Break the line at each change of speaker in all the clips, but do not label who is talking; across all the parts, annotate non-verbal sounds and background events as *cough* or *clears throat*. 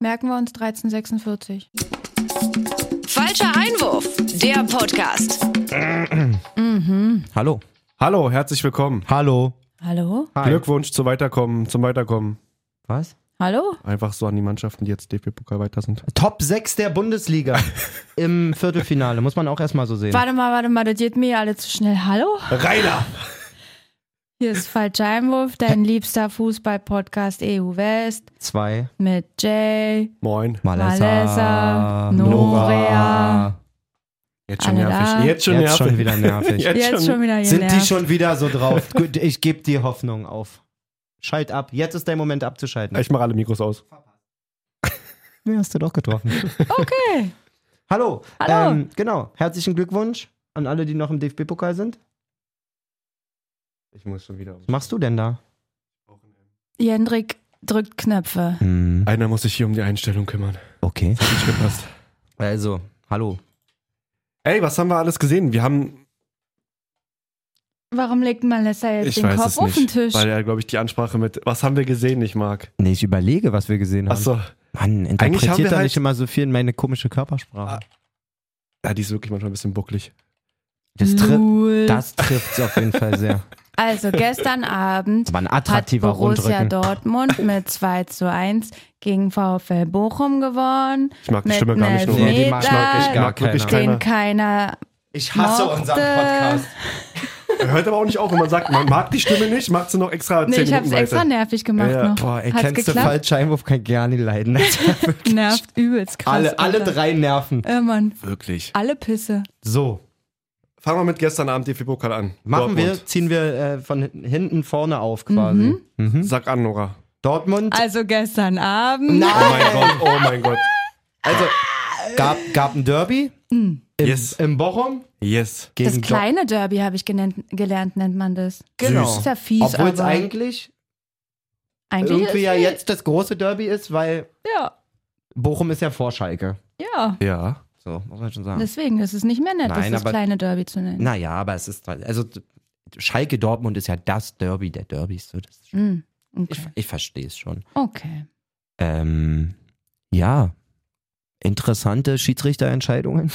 Merken wir uns 1346.
Falscher Einwurf, der Podcast.
Hallo.
Hallo, herzlich willkommen.
Hallo.
Hallo?
Hi.
Glückwunsch zu Weiterkommen, zum Weiterkommen.
Was?
Hallo?
Einfach so an die Mannschaften, die jetzt DFB-Pokal weiter sind.
Top 6 der *laughs* Bundesliga im Viertelfinale. Muss man auch erstmal so sehen.
Warte mal, warte mal, das geht mir alle zu schnell. Hallo?
Rainer!
Hier ist Falscher Einwurf, dein liebster Fußball-Podcast EU West
Zwei.
mit Jay,
Moin.
Malessa,
Malessa,
Nora.
Jetzt
schon Alle nervig. da?
Jetzt schon
Jetzt schon
nervig.
wieder *laughs* nervig.
Jetzt
Jetzt
schon-
schon wieder
Sind die
genervt.
schon wieder so drauf? Gut, ich gebe die Hoffnung auf. Schalt ab. Jetzt ist der Moment abzuschalten.
Ich mache alle Mikros aus.
Nee, hast du doch getroffen.
Okay.
Hallo.
Hallo.
Ähm, genau. Herzlichen Glückwunsch an alle, die noch im DFB-Pokal sind.
Ich muss schon wieder. um-
Was machst du denn da?
Jendrik drückt Knöpfe.
Einer muss sich hier um die Einstellung kümmern.
Hm. okay.
Hat nicht gepasst.
Also, hallo.
Ey, was haben wir alles gesehen? Wir haben.
Warum legt Malessa jetzt
Ich
den
weiß
Kopf
es
auf den
nicht.
Tisch?
Weil er, glaube ich, die Ansprache mit Was haben wir gesehen nicht mag.
Nee, ich überlege, was wir gesehen haben.
Achso.
Mann,
Eigentlich haben wir
interpretiert er
halt-
nicht immer so viel in meine komische Körpersprache.
Ja, die ist wirklich manchmal ein bisschen bucklig.
Das, tri
Lul.
das trifft's auf jeden Fall sehr.
Also
*laughs*
gestern Abend
*laughs* Aber ein
hat
attraktiver
Borussia
Rundrücken. *laughs*
Dortmund mit 2 zu 1 gegen VfL Bochum gewonnen.
Ich mag die
Mit
Stimme gar nicht.
einer
Nora.
Nee,
die
ich mag-
ich mag wirklich
keiner.
Den keiner
Ich
hasse unseren Podcast.
Hört aber auch nicht auf, wenn man sagt, man mag die Stimme nicht, macht sie noch extra 10
Nee, ich hab's
Minuten
extra
weiter.
nervig gemacht
Ja, ja.
noch.
Boah, ey,
Hat's
kennst du
geklappt?
Fallscheinwurf kann gar
*laughs*
nicht leiden.
Nervt übelst krass.
alle, alle
Alter.
drei Nerven.
Äh, Mann,
Wirklich.
alle Pisse.
So,
Fangen wir mit gestern Abend DFB-Pokal an.
machen wir,
Dortmund.
ziehen wir äh, von hinten- hinten vorne auf quasi. Mhm.
Sag an, Nora.
Dortmund.
Also gestern Abend.
Oh mein Gott, oh mein Gott.
Also, gab, gab ein Derby im,
Yes.
im Bochum
Yes.
gegen
Mhm. Das kleine Derby habe ich genannt, gelernt, nennt man das.
Genau.
Das ist ja fies,
Obwohl es
aber
eigentlich
eigentlich
irgendwie
ist,
ja jetzt das große Derby ist, weil
ja,
Bochum ist ja vor Schalke.
ja.
Ja.
So, muss man schon sagen.
Deswegen ist es nicht mehr nett,
Nein,
das
aber-
kleine Derby zu nennen.
naja, aber es ist, also Schalke Dortmund ist ja das Derby der Derbys. So, das ist schon,
Hm,
Ich,
Okay.
ich verstehe es schon.
okay.
Ähm, ja, interessante Schiedsrichterentscheidungen.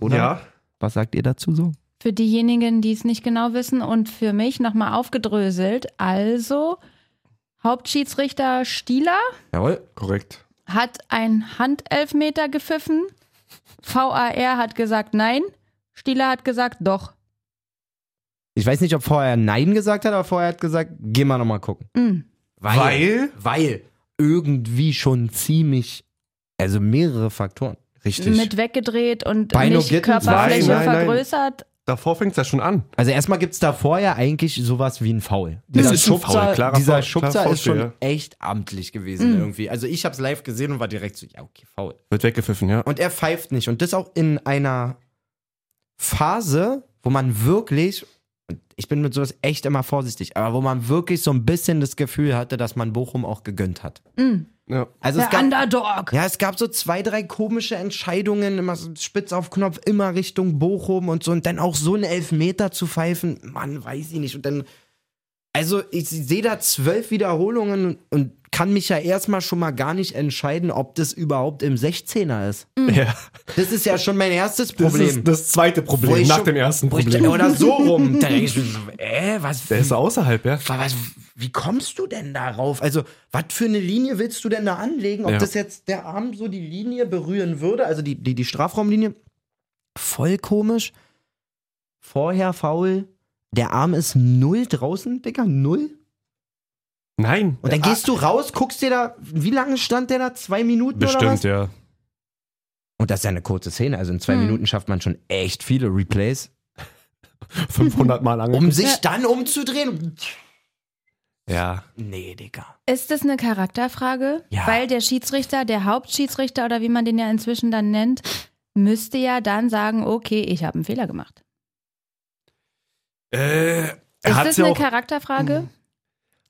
Oder?
Ja.
Was sagt ihr dazu so?
Für diejenigen, die es nicht genau wissen und für mich nochmal aufgedröselt. Also, Hauptschiedsrichter Stieler
Jawohl.
Korrekt.
hat ein Handelfmeter gepfiffen. VAR hat gesagt nein. Stieler hat gesagt doch.
Ich weiß nicht, ob vorher Nein gesagt hat, aber vorher hat gesagt, geh mal nochmal gucken.
Mm.
Weil? Weil irgendwie schon ziemlich, also mehrere Faktoren. Richtig.
Mit weggedreht und
Beino
nicht
Gittens.
Körperfläche
Nein, nein, nein.
vergrößert.
Davor fängt es ja schon an.
Also erstmal gibt es da vorher eigentlich sowas wie ein Foul.
Das
Dieser
ist ein Foul,
Schubser,
klarer
dieser
Foul,
Schubser
klarer
ist schon
Foulspiel,
echt amtlich gewesen irgendwie. Also ich habe es live gesehen und war direkt so, ja okay, Foul.
Wird weggepfiffen, ja.
Und er pfeift nicht. Und das auch in einer Phase, wo man wirklich, und ich bin mit sowas echt immer vorsichtig, aber wo man wirklich so ein bisschen das Gefühl hatte, dass man Bochum auch gegönnt hat.
Mm.
ja.
Also es
Der
gab,
Underdog.
ja, es gab so zwei, drei komische Entscheidungen, immer so spitz auf Knopf, immer Richtung Bochum und so. Und dann auch so einen Elfmeter zu pfeifen, Mann, weiß ich nicht. Und dann, also ich sehe da zwölf Wiederholungen und, und kann mich ja erstmal schon mal gar nicht entscheiden, ob das überhaupt im 16er ist.
ja.
Das ist ja schon mein
*laughs*
erstes
Das
Problem.
ist das zweite
Wo
Problem
ich
nach
schon-
dem ersten
Wo ich-
Problem.
Oder
*laughs*
so rum. Da denke ich, mir so, äh, was,
Der ist außerhalb, ja.
was, wie kommst du denn darauf? Also, was für eine Linie willst du denn da anlegen? Ob
Ja.
das jetzt der Arm so die Linie berühren würde, also die, die, die Strafraumlinie? Voll komisch. Vorher faul. Der Arm ist null draußen, Digga, null.
Nein.
Und dann gehst du raus, guckst dir da, wie lange stand der da? Zwei Minuten oder was?
Bestimmt, ja.
Und das ist ja eine kurze Szene. Also in zwei
Hm.
Minuten schafft man schon echt viele Replays.
*laughs* 500 Mal angeguckt.
Um sich dann umzudrehen.
ja.
Nee, Digga.
Ist das eine Charakterfrage?
Ja.
Weil der Schiedsrichter, der Hauptschiedsrichter oder wie man den ja inzwischen dann nennt, müsste ja dann sagen, okay, ich habe einen Fehler gemacht.
Äh, er
Ist
hat's
das
ja
eine
auch.
Charakterfrage?
Mhm.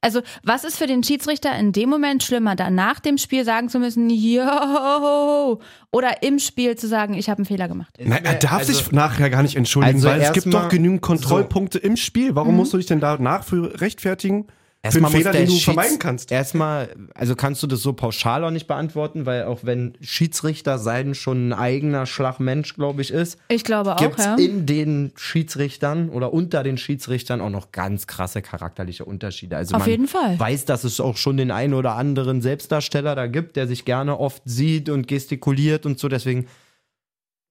Also, was ist für den Schiedsrichter in dem Moment schlimmer, da nach dem Spiel sagen zu müssen, yo, oder im Spiel zu sagen, ich habe einen Fehler gemacht?
Nein, er darf sich nachher gar nicht entschuldigen,
Also
weil es
erst
gibt
mal-
Mhm. doch genügend Kontrollpunkte im Spiel. Warum musst du dich denn danach für rechtfertigen?
Erstmal
für einen
muss
Fehler,
der
den du
Schieds-
vermeiden kannst.
Erstmal, also kannst du das so pauschal auch nicht beantworten, weil auch wenn Schiedsrichter sein schon ein eigener Schlagmensch, glaube ich, ist,
Ich glaube auch,
gibt es
ja.
in den Schiedsrichtern oder unter den Schiedsrichtern auch noch ganz krasse charakterliche Unterschiede. Also
Auf
man
jeden Fall.
weiß, dass es auch schon den einen oder anderen Selbstdarsteller da gibt, der sich gerne oft sieht und gestikuliert und so. Deswegen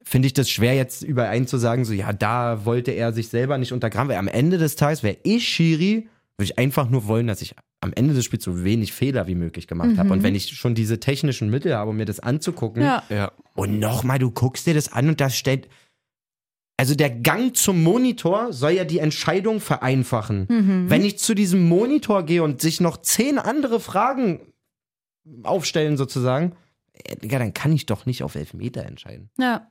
finde ich das schwer, jetzt überein zu sagen, so ja, da wollte er sich selber nicht untergraben, weil am Ende des Tages wäre ich Schiri, würde ich einfach nur wollen, dass ich am Ende des Spiels so wenig Fehler wie möglich gemacht habe. Und wenn ich schon diese technischen Mittel habe, um mir das anzugucken,
Ja.
Ja.
und nochmal, du guckst dir das an und da steht. Also der Gang zum Monitor soll ja die Entscheidung vereinfachen.
Mhm.
Wenn ich zu diesem Monitor gehe und sich noch zehn andere Fragen aufstellen, sozusagen, äh, Digga, dann kann ich doch nicht auf Elfmeter entscheiden.
ja.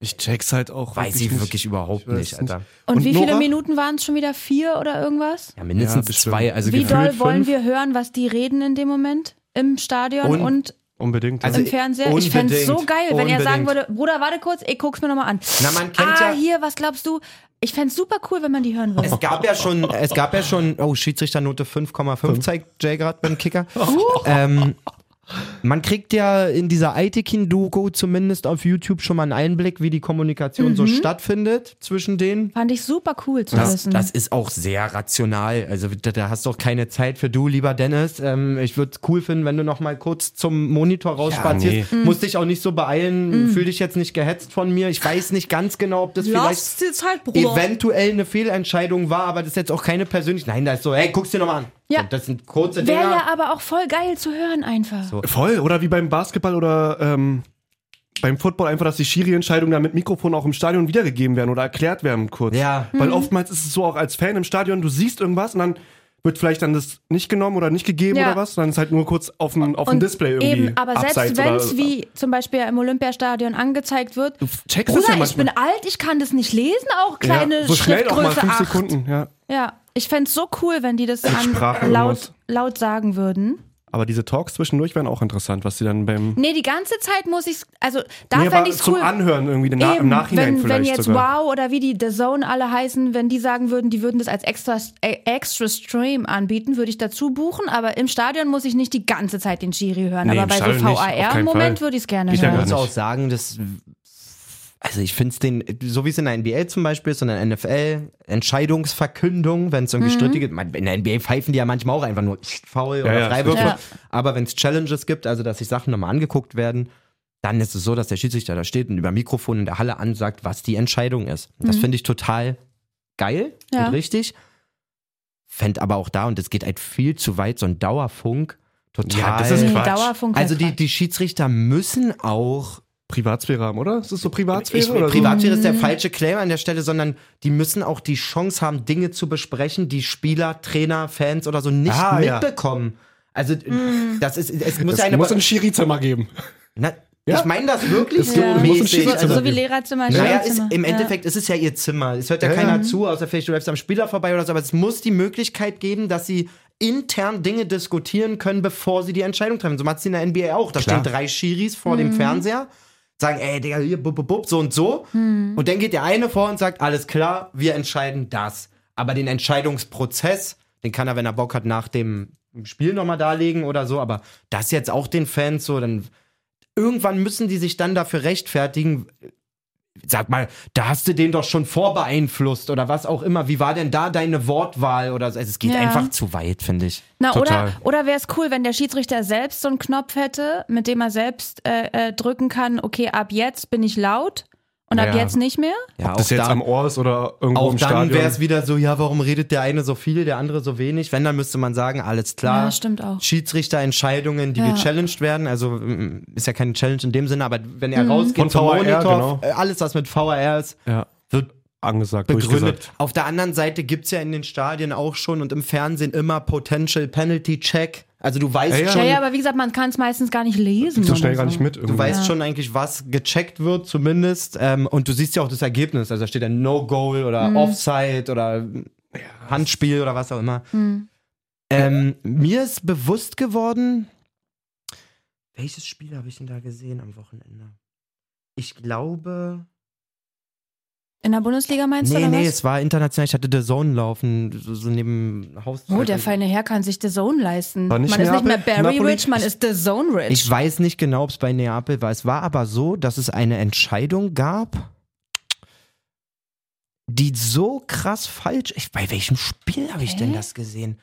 Ich check's halt auch.
Weiß ich
nicht.
wirklich überhaupt
weiß
nicht, Alter.
Und,
Und
wie viele
Nora?
Minuten waren es schon wieder? Vier oder irgendwas?
Ja, mindestens
Ja, bestimmt.
zwei. Also
Wie
gefühlt
doll wollen
fünf.
wir hören, was die reden in dem Moment? Im Stadion
Un-
und
Unbedingt.
Also
im Fernseher? Ich fände es so
unbedingt,
geil, wenn er sagen
unbedingt.
würde, Bruder, warte kurz, ich guck's mir nochmal an.
Na, man kennt
ah,
ja-
hier, was glaubst du? Ich fände es super cool, wenn man die hören würde.
Es gab ja schon, es gab ja schon, oh, Schiedsrichternote 5,5 zeigt Jay gerade beim Kicker. Ähm, man kriegt ja in dieser Aitekin-Doku zumindest auf YouTube schon mal einen Einblick, wie die Kommunikation so stattfindet zwischen denen.
Fand ich super cool zu
Das,
wissen.
das ist auch sehr rational. Also da, da hast du auch keine Zeit für du, lieber Dennis. Ähm, ich würde es cool finden, wenn du noch mal kurz zum Monitor rausspazierst.
Mhm.
Musst dich auch nicht so beeilen. Fühl dich jetzt nicht gehetzt von mir. Ich weiß nicht ganz genau, ob das vielleicht
dir Zeit,
eventuell eine Fehlentscheidung war, aber das ist jetzt auch keine persönliche. Nein, da ist so, hey, guck's dir nochmal an.
Ja.
So, Das sind kurze Dinger.
Wäre ja aber auch voll geil zu hören einfach.
Voll, oder wie beim Basketball oder ähm, beim Football einfach, dass die Schiri-Entscheidungen dann mit Mikrofon auch im Stadion wiedergegeben werden oder erklärt werden kurz.
Ja.
Weil oftmals ist es so auch als Fan im Stadion, du siehst irgendwas und dann wird vielleicht dann das nicht genommen oder nicht gegeben
Ja.
oder was, sondern es ist halt nur kurz auf dem, auf dem
Und
Display irgendwie.
Eben, aber selbst
abseits
wenn
oder-
es wie zum Beispiel im Olympiastadion angezeigt wird,
checkst es
Bruder,
ja
ich bin
manchmal.
alt, ich kann das nicht lesen, auch kleine
ja, so schnell auch mal
Schriftgröße
fünf
8.
Sekunden, ja.
Ja, ich fänd's so cool, wenn die das an,
Sprache
laut,
irgendwas.
laut sagen würden.
Aber diese Talks zwischendurch wären auch interessant, was sie dann beim
Nee, die ganze Zeit muss ich's, also da
nee,
fänd
aber
ich's
zum
cool.
Anhören irgendwie na,
Eben,
im Nachhinein
wenn,
vielleicht
wenn jetzt
sogar.
Wow oder wie die The Zone alle heißen, wenn die sagen würden, die würden das als extra, äh, extra Stream anbieten, würde ich dazu buchen, aber im Stadion muss ich nicht die ganze Zeit den Schiri hören.
Nee,
aber
im
bei so
Stadion nicht, auf
VAR im
keinen
Moment
Fall.
würde ich es gerne
Ich
hören.
denke
Ich muss
Gar
auch
nicht.
sagen, dass. Also ich finde es den, so wie es in der NBA zum Beispiel ist, in der NFL, Entscheidungsverkündung, wenn es irgendwie strittige, man, in der NBA pfeifen die ja manchmal auch einfach nur faul oder
ja,
Freiwürfe.
stimmt.
Aber wenn es Challenges gibt, also dass sich Sachen nochmal angeguckt werden, dann ist es so, dass der Schiedsrichter da steht und über Mikrofon in der Halle ansagt, was die Entscheidung ist. Das finde ich total geil
Ja.
und richtig. Fänd aber auch da, und es geht halt viel zu weit, so ein Dauerfunk total.
Ja, das ist
Nee,
Quatsch.
Dauerfunk
also
wäre
die,
Quatsch.
die Schiedsrichter müssen auch
Privatsphäre haben, oder? Ist das so Privatsphäre?
ich,
oder so?
Privatsphäre ist der falsche Claim an der Stelle, sondern die müssen auch die Chance haben, Dinge zu besprechen, die Spieler, Trainer, Fans oder so nicht
Ah, ja.
mitbekommen. Also das ist, es muss ja
Es
eine.
muss ein Schirizimmer geben.
na,
Ja.
Ich meine das wirklich
Es gibt-
so
es muss ein
mäßig.
Schiedsrichter-
Also,
so wie Lehrerzimmer,
naja, ist,
Schulzimmer.
im
Ja.
Endeffekt ist es ja ihr Zimmer. Es hört ja,
Ja, ja.
keiner zu, außer vielleicht du läufst am Spieler vorbei oder so, aber es muss die Möglichkeit geben, dass sie intern Dinge diskutieren können, bevor sie die Entscheidung treffen. So macht es in der NBA auch. Da
Klar.
stehen drei Schiris vor dem Fernseher, sagen, ey, Digga, hier, bub, bub, bub, so und so. Und dann geht der eine vor und sagt, alles klar, wir entscheiden das. Aber den Entscheidungsprozess, den kann er, wenn er Bock hat, nach dem Spiel nochmal darlegen oder so. Aber das jetzt auch den Fans so, dann irgendwann müssen die sich dann dafür rechtfertigen. Sag mal, da hast du den doch schon vorbeeinflusst oder was auch immer. Wie war denn da deine Wortwahl oder so? Also es geht
Ja.
einfach zu weit, finde ich.
Na,
Total.
oder, oder wäre es cool, wenn der Schiedsrichter selbst so einen Knopf hätte, mit dem er selbst äh, äh, drücken kann, okay, ab jetzt bin ich laut und ab
Naja.
jetzt nicht mehr.
Ja,
Ob das jetzt am Ohr ist oder irgendwo
auch
im
dann
Stadion.
wäre es wieder so, ja, warum redet der eine so viel, der andere so wenig? Wenn, dann müsste man sagen, alles klar.
Ah.
Ja, stimmt auch.
Schiedsrichterentscheidungen, die
Ja.
gechallenged werden. Also mm, ist ja keine Challenge in dem Sinne, aber wenn er rausgeht
Von
vom
VAR,
Monitor,
genau.
äh, alles, was mit VR ist,
ja.
wird
angesagt,
begründet.
durchgesagt.
Auf der anderen Seite gibt es ja in den Stadien auch schon und im Fernsehen immer Potential Penalty Check. Also du weißt
Ja, ja.
schon,
Ja, ja, aber wie gesagt, man kann es meistens gar nicht lesen.
So schnell
oder
gar nicht mit.
du
irgendwie.
weißt schon eigentlich, was gecheckt wird zumindest. Ähm, und du siehst ja auch das Ergebnis. Also da steht dann No Goal oder
Mhm.
Offside oder Handspiel oder was auch immer.
Hm.
Ähm, mir ist bewusst geworden, welches Spiel habe ich denn da gesehen am Wochenende? Ich glaube,
In der Bundesliga meinst du,
Nee,
oder
nee,
was?
es war international. Ich hatte The Zone laufen, so, so neben Haus.
Oh, der feine Herr kann sich The Zone leisten.
Äh, War nicht
man ist nicht mehr
Neapel?
Barry
Napoli?
Rich, man ist The Zone Rich.
Ich weiß nicht genau, ob es bei Neapel war. Es war aber so, dass es eine Entscheidung gab, die so krass falsch ist. Bei welchem Spiel habe ich denn das gesehen?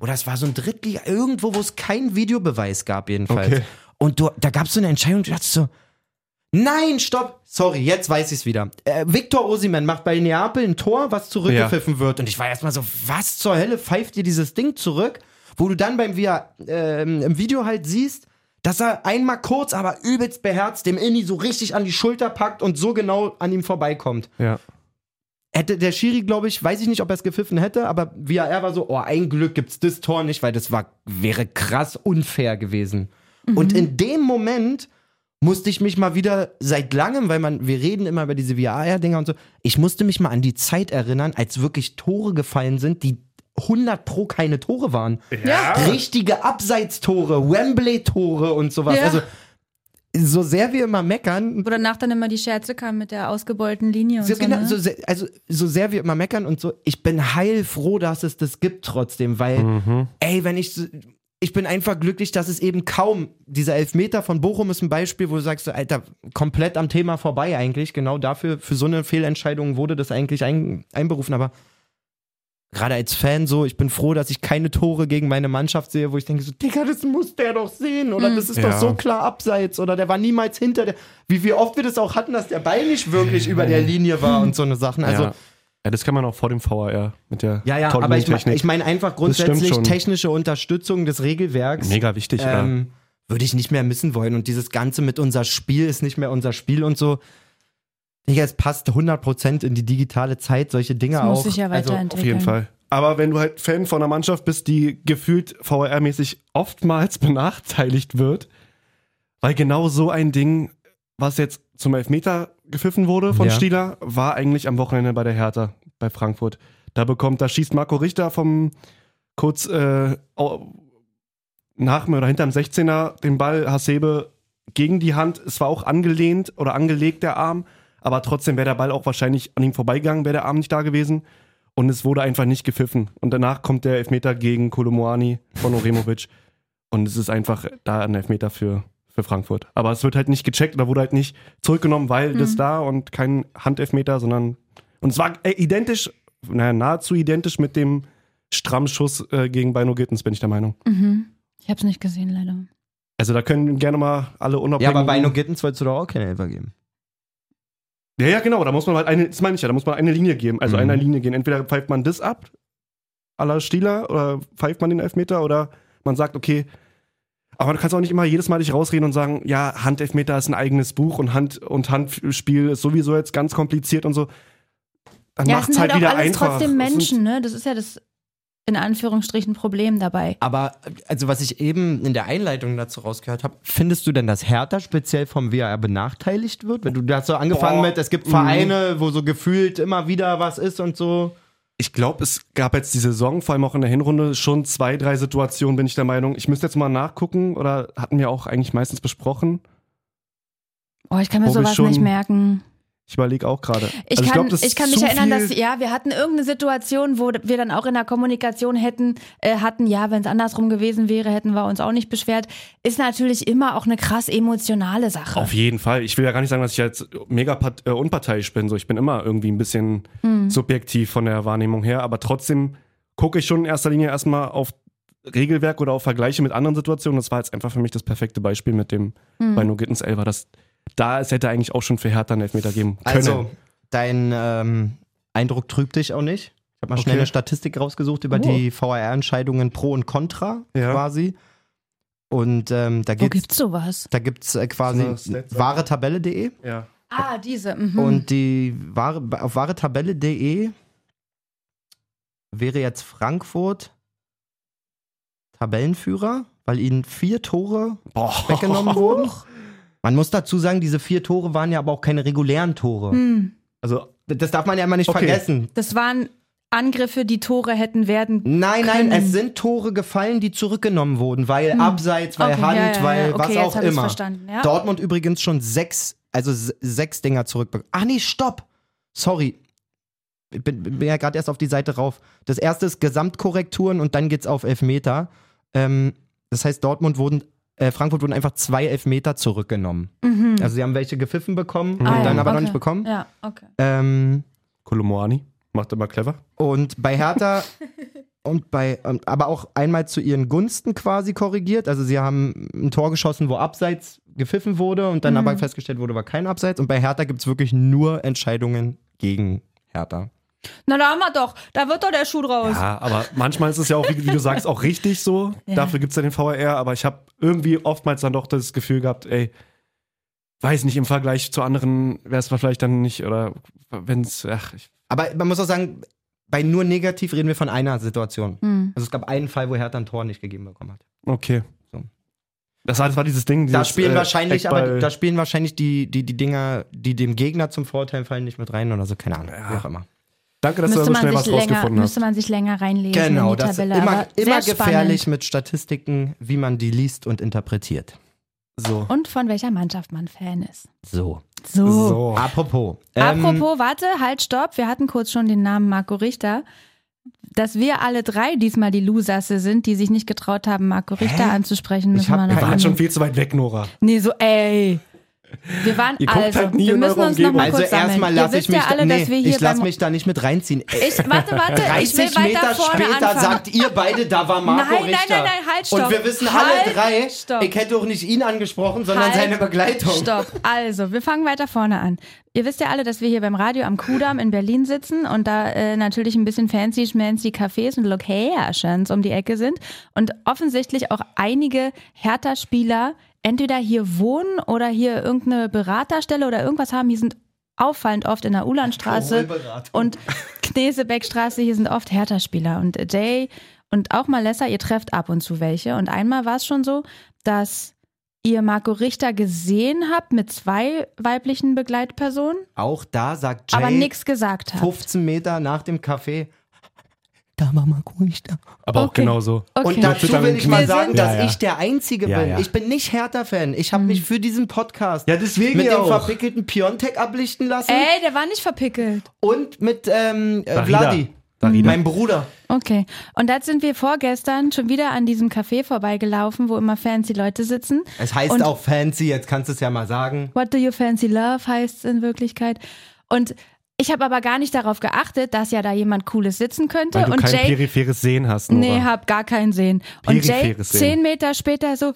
Oder es war so ein Drittliga, irgendwo, wo es keinen Videobeweis gab, jedenfalls.
Okay.
Und du, da gab es so eine Entscheidung, du dachtest so, nein, stopp, sorry, jetzt weiß ich es wieder. Äh, Victor Osiman macht bei Neapel ein Tor, was zurückgepfiffen wird. Und ich war erstmal so, was zur Hölle pfeift dir dieses Ding zurück? Wo du dann beim Via, ähm, im Video halt siehst, dass er einmal kurz, aber übelst beherzt dem Inni so richtig an die Schulter packt und so genau an ihm vorbeikommt.
Ja.
Hätte der Schiri, glaube ich, weiß ich nicht, ob er es gepfiffen hätte, aber VAR war so, oh, ein Glück gibt's das Tor nicht, weil das war, wäre krass unfair gewesen. Und in dem Moment musste ich mich mal wieder seit langem, weil man, wir reden immer über diese VAR-Dinger und so, ich musste mich mal an die Zeit erinnern, als wirklich Tore gefallen sind, die 100 pro keine Tore waren.
Ja.
Richtige Abseitstore, Wembley-Tore und sowas.
Ja.
Also, so sehr wir immer meckern,
Wo danach dann immer die Scherze kamen mit der ausgebeulten Linie und
so,
so.
genau,
ne?
so sehr, also so sehr wir immer meckern und so, ich bin heilfroh, dass es das gibt trotzdem, weil, ey, wenn ich, so- ich bin einfach glücklich, dass es eben kaum, dieser Elfmeter von Bochum ist ein Beispiel, wo du sagst, so, Alter, komplett am Thema vorbei eigentlich, genau dafür, für so eine Fehlentscheidung wurde das eigentlich ein, einberufen, aber gerade als Fan so, ich bin froh, dass ich keine Tore gegen meine Mannschaft sehe, wo ich denke so, Digga, das muss der doch sehen oder
Mhm.
das ist doch
Ja.
so klar abseits oder der war niemals hinter der, wie, wie oft wir das auch hatten, dass der Ball nicht wirklich über der Linie war und so eine Sachen, also
ja. ja, das kann man auch vor dem VR mit der
ja, ja,
tollen
aber ich, mein-
Technik.
ich meine einfach
stimmt
grundsätzlich
schon.
technische Unterstützung des Regelwerks
Mega wichtig, ähm,
ähm, würde ich nicht mehr missen wollen und dieses Ganze mit unser Spiel ist nicht mehr unser Spiel und so. Digga, es passt 100% in die digitale Zeit, solche Dinge
das
auch.
muss sich ja
also,
weiterentwickeln.
Auf jeden Fall. Aber wenn du halt Fan von einer Mannschaft bist, die gefühlt VR-mäßig oftmals *laughs* benachteiligt wird, weil genau so ein Ding, was jetzt zum Elfmeter gepfiffen wurde von
Ja.
Stieler, war eigentlich am Wochenende bei der Hertha, bei Frankfurt. Da bekommt, da schießt Marco Richter vom kurz äh, au- nach mir oder hinterm 16er den Ball Hasebe gegen die Hand. Es war auch angelehnt oder angelegt der Arm, aber trotzdem wäre der Ball auch wahrscheinlich an ihm vorbeigegangen, wäre der Arm nicht da gewesen. Und es wurde einfach nicht gepfiffen. Und danach kommt der Elfmeter gegen Kolomoani von Oremovic. Und es ist einfach da ein Elfmeter für, für Frankfurt. Aber es wird halt nicht gecheckt oder wurde halt nicht zurückgenommen, weil das da und kein Handelfmeter, sondern. Und es war äh, identisch, naja, nahezu identisch mit dem Strammschuss äh, gegen Bino Gittens, bin ich der Meinung.
Mhm. Ich hab's nicht gesehen, leider.
Also da können gerne mal alle
ja,
unabhängig.
aber bei No Gittens wolltest du doch auch keine Elfer geben.
Ja, ja, genau. Da muss man halt eine, das meine ich ja, da muss man eine Linie geben. Also
Mhm.
eine Linie gehen. Entweder pfeift man das ab, à la Stieler, oder pfeift man den Elfmeter, oder man sagt, okay, aber du kannst auch nicht immer jedes Mal dich rausreden und sagen, ja, Handelfmeter ist ein eigenes Buch und Hand und Handspiel ist sowieso jetzt ganz kompliziert und so. Dann
Ja, es
macht's
sind halt,
halt, wieder
auch alles
einfach.
trotzdem
Es sind-
Menschen, ne? Das ist ja das in Anführungsstrichen Problem dabei.
Aber, also was ich eben in der Einleitung dazu rausgehört habe, findest du denn, dass Hertha speziell vom VAR benachteiligt wird? Wenn du dazu angefangen
Boah.
mit, es gibt Vereine, wo so gefühlt immer wieder was ist und so.
Ich glaube, es gab jetzt die Saison, vor allem auch in der Hinrunde, schon zwei, drei Situationen, bin ich der Meinung. Ich müsste jetzt mal nachgucken, oder hatten wir auch eigentlich meistens besprochen.
Oh, ich kann mir
Wo wir
sowas
schon-
nicht merken.
Ich überlege auch gerade.
Ich,
Also
kann,
glaub, das
ich kann
ist
mich
zu
erinnern,
viel-
dass, ja, wir hatten irgendeine Situation, wo wir dann auch in der Kommunikation hätten, äh, hatten, ja, wenn es andersrum gewesen wäre, hätten wir uns auch nicht beschwert. Ist natürlich immer auch eine krass emotionale Sache.
Auf jeden Fall. Ich will ja gar nicht sagen, dass ich jetzt mega part- äh, unparteiisch bin. So, ich bin immer irgendwie ein bisschen subjektiv von der Wahrnehmung her, aber trotzdem gucke ich schon in erster Linie erstmal auf Regelwerk oder auf Vergleiche mit anderen Situationen. Das war jetzt einfach für mich das perfekte Beispiel mit dem bei No Gittens Elfer. Das, da es hätte eigentlich auch schon für Hertha einen Elfmeter geben können.
Also, dein ähm, Eindruck trübt dich auch nicht. Ich habe mal schnell
Okay.
eine Statistik rausgesucht über
Oh.
die VAR-Entscheidungen pro und contra
Ja.
quasi. Und ähm, da
Wo
geht's,
gibt's sowas?
da gibt's äh, quasi
So eine Stats-
wahretabelle.de
ja.
Ah, diese. Mhm.
und die wahre, auf wahretabelle.de wäre jetzt Frankfurt Tabellenführer, weil ihnen vier Tore
Boah. *laughs*
*laughs*
weggenommen wurden. Man muss dazu sagen, diese vier Tore waren ja aber auch keine regulären Tore.
Hm.
Also,
Das darf man ja immer nicht
Okay.
vergessen.
Das waren Angriffe, die Tore hätten werden.
Nein,
Können. Hm.
nein, es sind Tore gefallen, die zurückgenommen wurden, weil Abseits, weil
Okay,
Hand,
ja, ja, ja.
weil
okay, jetzt
was auch
hab ich's
immer.
Verstanden. Ja.
Dortmund übrigens schon sechs, also se- sechs Dinger zurückbekommen. Ach nee, stopp. Sorry. Ich bin, bin ja gerade erst auf die Seite rauf. Das erste ist Gesamtkorrekturen und dann geht's auf Elfmeter. Ähm, das heißt, Dortmund wurden, äh, Frankfurt wurden einfach zwei Elfmeter zurückgenommen.
Mhm.
Also sie haben welche gepfiffen bekommen
Ah
und
ja,
dann aber noch
okay.
nicht bekommen.
Ja, okay.
Ähm,
Kolomoani macht immer clever.
und bei Hertha und bei, und, aber auch einmal zu ihren Gunsten quasi korrigiert. Also sie haben ein Tor geschossen, wo abseits gepfiffen wurde und dann
Mhm.
aber festgestellt wurde, war kein Abseits. Und bei Hertha gibt es wirklich nur Entscheidungen gegen Hertha.
Na, da haben wir doch. Da wird doch der Schuh draus.
Ja, aber manchmal ist es ja auch, wie, wie du sagst, auch richtig so.
Ja.
Dafür gibt es ja den VAR, aber ich habe irgendwie oftmals dann doch das Gefühl gehabt, ey, weiß nicht, im Vergleich zu anderen wäre es vielleicht dann nicht, oder wenn es, ach, ich,
Aber man muss auch sagen, bei nur negativ reden wir von einer Situation.
Hm.
Also es gab einen Fall, wo Hertha ein Tor nicht gegeben bekommen hat.
okay.
So.
Das war, das war dieses Ding, dieses,
Da spielen
äh,
wahrscheinlich, aber
Eckball-
da spielen wahrscheinlich die, die, die Dinger, die dem Gegner zum Vorteil fallen, nicht mit rein oder so, keine Ahnung, wie auch immer.
Danke, dass
Müsste,
du da so
man
schnell was
sich länger,
rausgefunden
müsste
hast.
man sich länger reinlesen
Genau,
in die
das ist
Tabelle.
immer,
aber
immer
sehr
gefährlich
Spannend.
mit Statistiken, wie man die liest und interpretiert.
So.
Und von welcher Mannschaft man Fan ist.
So.
So.
So.
Apropos. ähm,
Apropos, warte, halt, stopp. Wir hatten kurz schon den Namen Marco Richter. Dass wir alle drei diesmal die Loserse sind, die sich nicht getraut haben, Marco Richter anzusprechen,
Ich
müssen
hab
wir
Wir
noch
waren
annehmen.
schon viel zu weit weg, Nora.
Nee, so, ey. Wir waren
Ihr guckt
also,
halt nie
wir
in
müssen
eure
uns noch
Umgebung.
mal
also
kurz sammeln.
erstmal
Ihr
lasse
wisst
ich mich,
ja alle,
nee,
dass wir hier
ich lass
beim
mich da nicht mit reinziehen. Ey,
Ich, warte, warte, ich will
30
weiter
Meter
vorne
später
anfangen.
sagt ihr beide, da war Marco
Nein, nein,
Richter.
nein, nein, halt, stopp.
Und wir wissen alle
Halt,
drei,
stopp.
ich hätte auch nicht ihn angesprochen, sondern
Halt,
seine Begleitung.
Stopp. Also, wir fangen weiter vorne an. Ihr wisst ja alle, dass wir hier beim Radio am Kudamm in Berlin sitzen und da äh, natürlich ein bisschen fancy schmancy Cafés und Locations um die Ecke sind und offensichtlich auch einige Hertha-Spieler entweder hier wohnen oder hier irgendeine Beraterstelle oder irgendwas haben. Hier sind auffallend oft in der
Oh,
Ulanstraße
Alkoholberatung.
Also, und Knesebeckstraße, hier sind oft Hertha-Spieler. Und Jay und auch mal Lesser, ihr trefft ab und zu welche. Und einmal war es schon so, dass ihr Marco Richter gesehen habt mit zwei weiblichen Begleitpersonen,
Auch da sagt Jay,
aber nichts gesagt habt.
15 Meter nach dem Café, da war Marco Richter.
Aber auch
Okay.
genau so.
Okay.
Und dazu
Twitter
will ich
mit
mal
Knien.
sagen, dass
Ja, ja.
ich der Einzige
Ja,
bin.
ja.
Ich bin nicht Hertha-Fan. Ich
Hm.
habe mich für diesen Podcast
Ja, deswegen
mit
ja
dem
auch.
verpickelten Piontek ablichten lassen
Ey, der war nicht verpickelt.
und mit ähm, äh,
Darida.
Vladi,
Darida.
meinem Bruder.
Okay. Und da sind wir vorgestern schon wieder an diesem Café vorbeigelaufen, wo immer fancy Leute sitzen.
Es heißt
Und-
auch fancy, jetzt kannst du es ja mal sagen.
What do you fancy love heißt es in Wirklichkeit. Und ich habe aber gar nicht darauf geachtet, dass ja da jemand Cooles sitzen könnte.
Weil du
und
kein
Jay
peripheres Sehen hast, Nora.
Nee, hab gar keinen Sinn. Und Jay
Peripheres Sehen.
zehn Meter später so,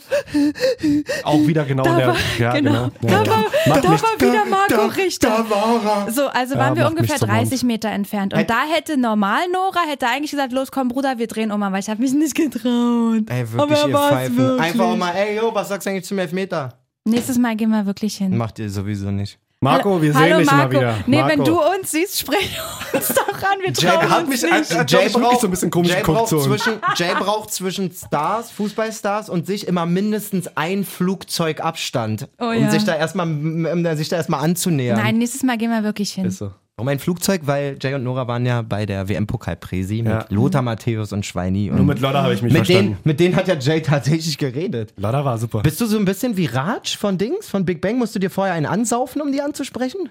Auch wieder genau
da
der.
war,
ja,
genau,
genau.
da,
Ja,
war,
Macht
da
nichts.
war wieder Marco
da,
Richter.
Da war er.
so, also
Ja,
waren wir
macht
ungefähr
mich zum Hund.
30 Meter entfernt. Und
Hätt-
da hätte normal Nora hätte eigentlich gesagt, los komm Bruder, wir drehen um, aber ich habe mich nicht getraut.
Ey,
aber
wirklich,
er
ihr
war's
Pfeifen.
wirklich.
Einfach
um
auch mal, ey, yo, was sagst du eigentlich zum Elfmeter?
Nächstes Mal gehen wir wirklich hin.
Macht ihr sowieso nicht.
Marco, wir
Hallo,
sehen dich
Marco.
mal wieder.
Nee,
Marco.
wenn du uns siehst, *laughs* sprich uns doch an, wir trauen
hat
uns
mich
nicht.
an- hat, glaub ich, wirklich so ein bisschen komisch
Jay
geguckt
braucht,
zu uns.
zwischen, Jay braucht zwischen Stars, Fußballstars und sich immer mindestens ein Flugzeug Abstand,
Oh
um
ja.
sich da erstmal um sich da erstmal anzunähern.
Nein, nächstes Mal gehen wir wirklich hin.
Ist so.
Warum ein Flugzeug? Weil Jay und Nora waren ja bei der WM-Pokal-Presi
Ja.
mit Lothar Matthäus und Schweini. Und
Nur mit Lodder habe ich mich
mit, denen,
verstanden.
mit denen hat ja Jay tatsächlich geredet.
Lodder war super.
Bist du so ein bisschen wie Raj von Dings, von Big Bang? Musst du dir vorher einen ansaufen, um die anzusprechen?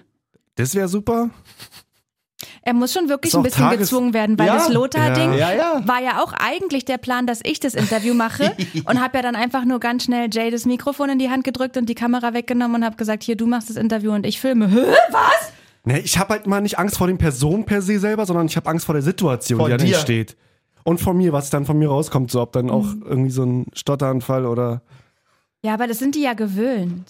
Das wäre super.
Er muss schon wirklich
Ist auch
ein bisschen
Tages-
gezwungen werden, weil
Ja.
das Lothar-Ding
Ja. Ja, ja.
war ja auch eigentlich der Plan, dass ich das Interview mache und habe ja dann einfach nur ganz schnell Jay das Mikrofon in die Hand gedrückt und die Kamera weggenommen und habe gesagt, hier, du machst das Interview und ich filme. *laughs* Hä? Was?
Nee, ich habe halt mal nicht Angst vor den Personen per se selber, sondern ich habe Angst vor der Situation,
Vor
die da
dir.
entsteht. Und von mir, was dann von mir rauskommt, so ob dann auch
Mhm.
irgendwie so ein Stotteranfall oder
Ja, aber das sind die ja gewöhnt.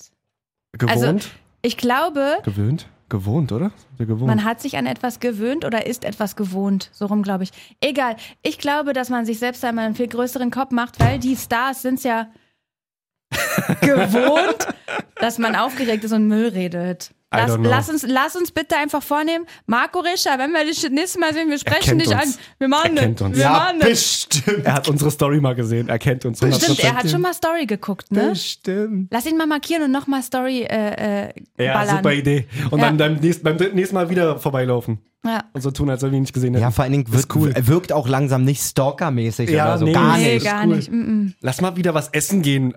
Also
Also,
gewohnt.
Ich glaube,
gewöhnt? Gewohnt, oder? Ja, gewohnt.
man hat sich an etwas gewöhnt oder ist etwas gewohnt. So rum, glaube ich. Egal. Ich glaube, dass man sich selbst einmal einen viel größeren Kopf macht, weil die Stars sind es
*laughs*
ja gewohnt, dass man aufgeregt ist und Müll redet.
I
Lass,
don't know.
lass, uns, lass uns bitte einfach vornehmen, Marco Rischer, wenn wir dich das nächste Mal sehen, wir sprechen
kennt
dich
uns.
an. Wir machen
Er kennt
das.
uns.
Wir
Ja,
machen das.
bestimmt.
er hat unsere Story mal gesehen, er kennt uns 100%.
Stimmt, er hat schon mal Story geguckt, ne?
Bestimmt.
Lass ihn mal markieren und nochmal Story äh, äh,
Ja,
ballern.
super Idee. Und
Ja.
dann beim nächsten, beim dritten- nächsten Mal wieder vorbeilaufen
Ja.
und so tun, als ob wir ihn nicht gesehen hätten.
Ja, vor allen Dingen wirkt, wirkt auch langsam nicht stalkermäßig
Ja,
oder so.
nee.
Gar
Nee,
nicht.
gar
Ist cool.
nicht. Mm -mm.
Lass mal wieder was essen gehen.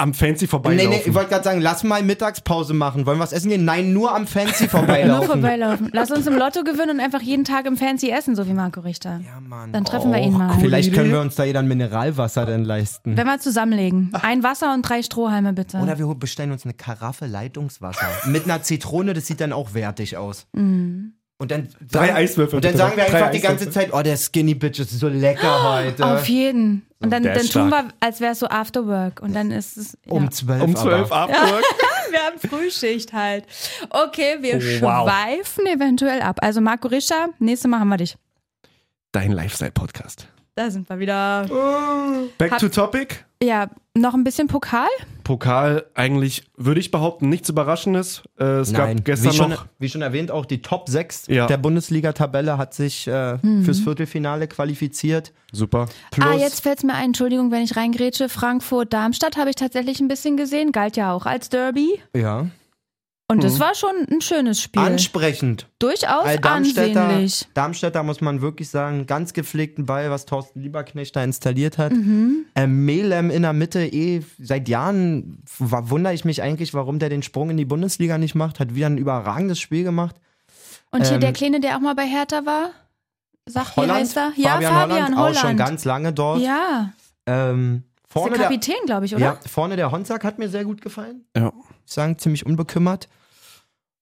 am Fancy
Nee,
vorbeilaufen.
nee, ich wollte gerade sagen, lass mal Mittagspause machen. Wollen wir was essen gehen? Nein, nur am Fancy
Nur
vorbeilaufen.
vorbeilaufen. Lass uns im Lotto gewinnen und einfach jeden Tag im Fancy essen, so wie Marco Richter.
ja, Mann.
Dann treffen wir ihn mal.
Vielleicht
Idee.
können wir uns da jeder ein Mineralwasser denn leisten.
Wenn wir zusammenlegen. Ein Wasser und drei Strohhalme bitte.
Oder wir bestellen uns eine Karaffe *laughs* Leitungswasser. Mit einer Zitrone, das sieht dann auch wertig aus. Und dann
Drei Eiswürfel,
Und dann
bitte.
sagen wir
Drei
einfach die ganze
Eiswürfel.
Zeit, oh, der Skinny Bitch ist so lecker heute.
Auf jeden. Und dann,
Der
dann
ist
tun wir, als wäre es so After Work. Und dann ist es. Ja.
um zwölf.
um 12
aber.
Abwork.
*laughs* Wir haben Frühschicht halt. Okay, wir
Oh, wow.
schweifen eventuell ab. Also Marco Richter, nächstes Mal haben wir dich.
Dein Lifestyle-Podcast.
Da sind wir wieder.
Back
Hab-
to topic.
Ja, noch ein bisschen Pokal?
Pokal eigentlich, würde ich behaupten, nichts Überraschendes. Äh, es
Nein,
gab gestern
wie, schon,
noch.
wie schon erwähnt, auch die Top 6
Ja.
der Bundesliga-Tabelle hat sich äh,
Hm.
fürs Viertelfinale qualifiziert.
Super.
ah,
Plus,
jetzt fällt es mir ein. Entschuldigung, wenn ich reingrätsche. Frankfurt, Darmstadt habe ich tatsächlich ein bisschen gesehen. Galt ja auch als Derby.
Ja.
Und das war schon ein schönes Spiel.
Ansprechend.
Durchaus
Hm. Weil Darmstädter,
ansehnlich.
Darmstädter muss man wirklich sagen, ganz gepflegten Ball, was Thorsten Lieberknecht da installiert hat.
Mhm.
Ähm, Melem in der Mitte, eh, seit Jahren w- wundere ich mich eigentlich, warum der den Sprung in die Bundesliga nicht macht. Hat wieder ein überragendes Spiel gemacht.
Und hier
Ähm,
der Kleine, der auch mal bei Hertha war? Sag, wie
Holland,
heißt er? Ja, Fabian, Holland.
auch schon ganz lange dort.
ja,
Ähm,
ist der
vorne, der,
Kapitän, glaube ich, oder?
ja, vorne der Honsack hat mir sehr gut gefallen.
Ja.
Ich sagen, ziemlich unbekümmert.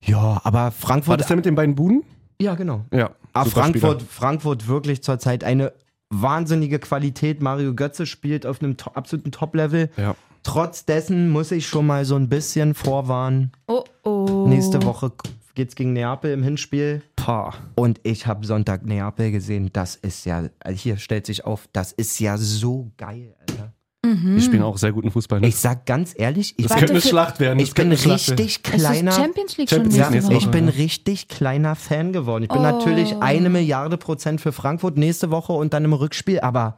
Ja, aber
war
Frankfurt.
das denn mit den beiden Buden?
ja, genau.
Ja.
Ah,
super
Frankfurt,
Spieler.
Frankfurt wirklich zurzeit eine wahnsinnige Qualität. Mario Götze spielt auf einem to absoluten Top-Level.
Ja.
Trotz dessen muss ich schon mal so ein bisschen vorwarnen.
Oh, oh.
Nächste Woche geht's gegen Neapel im Hinspiel.
Paar.
Und ich habe Sonntag Neapel gesehen. Das ist ja, also hier stellt sich auf, das ist ja so geil, Alter.
Die spielen auch sehr guten Fußball. Ne?
Ich sag ganz ehrlich,
das
ich,
Hm. warte
könnte eine
für-
Schlacht werden. das
ich bin
könnte eine Schlacht werden.
richtig
Es ist
kleiner.
Champions League
Champions
schon
Ja,
League
nächste Woche.
ich bin richtig kleiner Fan geworden. Ich bin
Oh.
natürlich eine Milliarde Prozent für Frankfurt nächste Woche und dann im Rückspiel, aber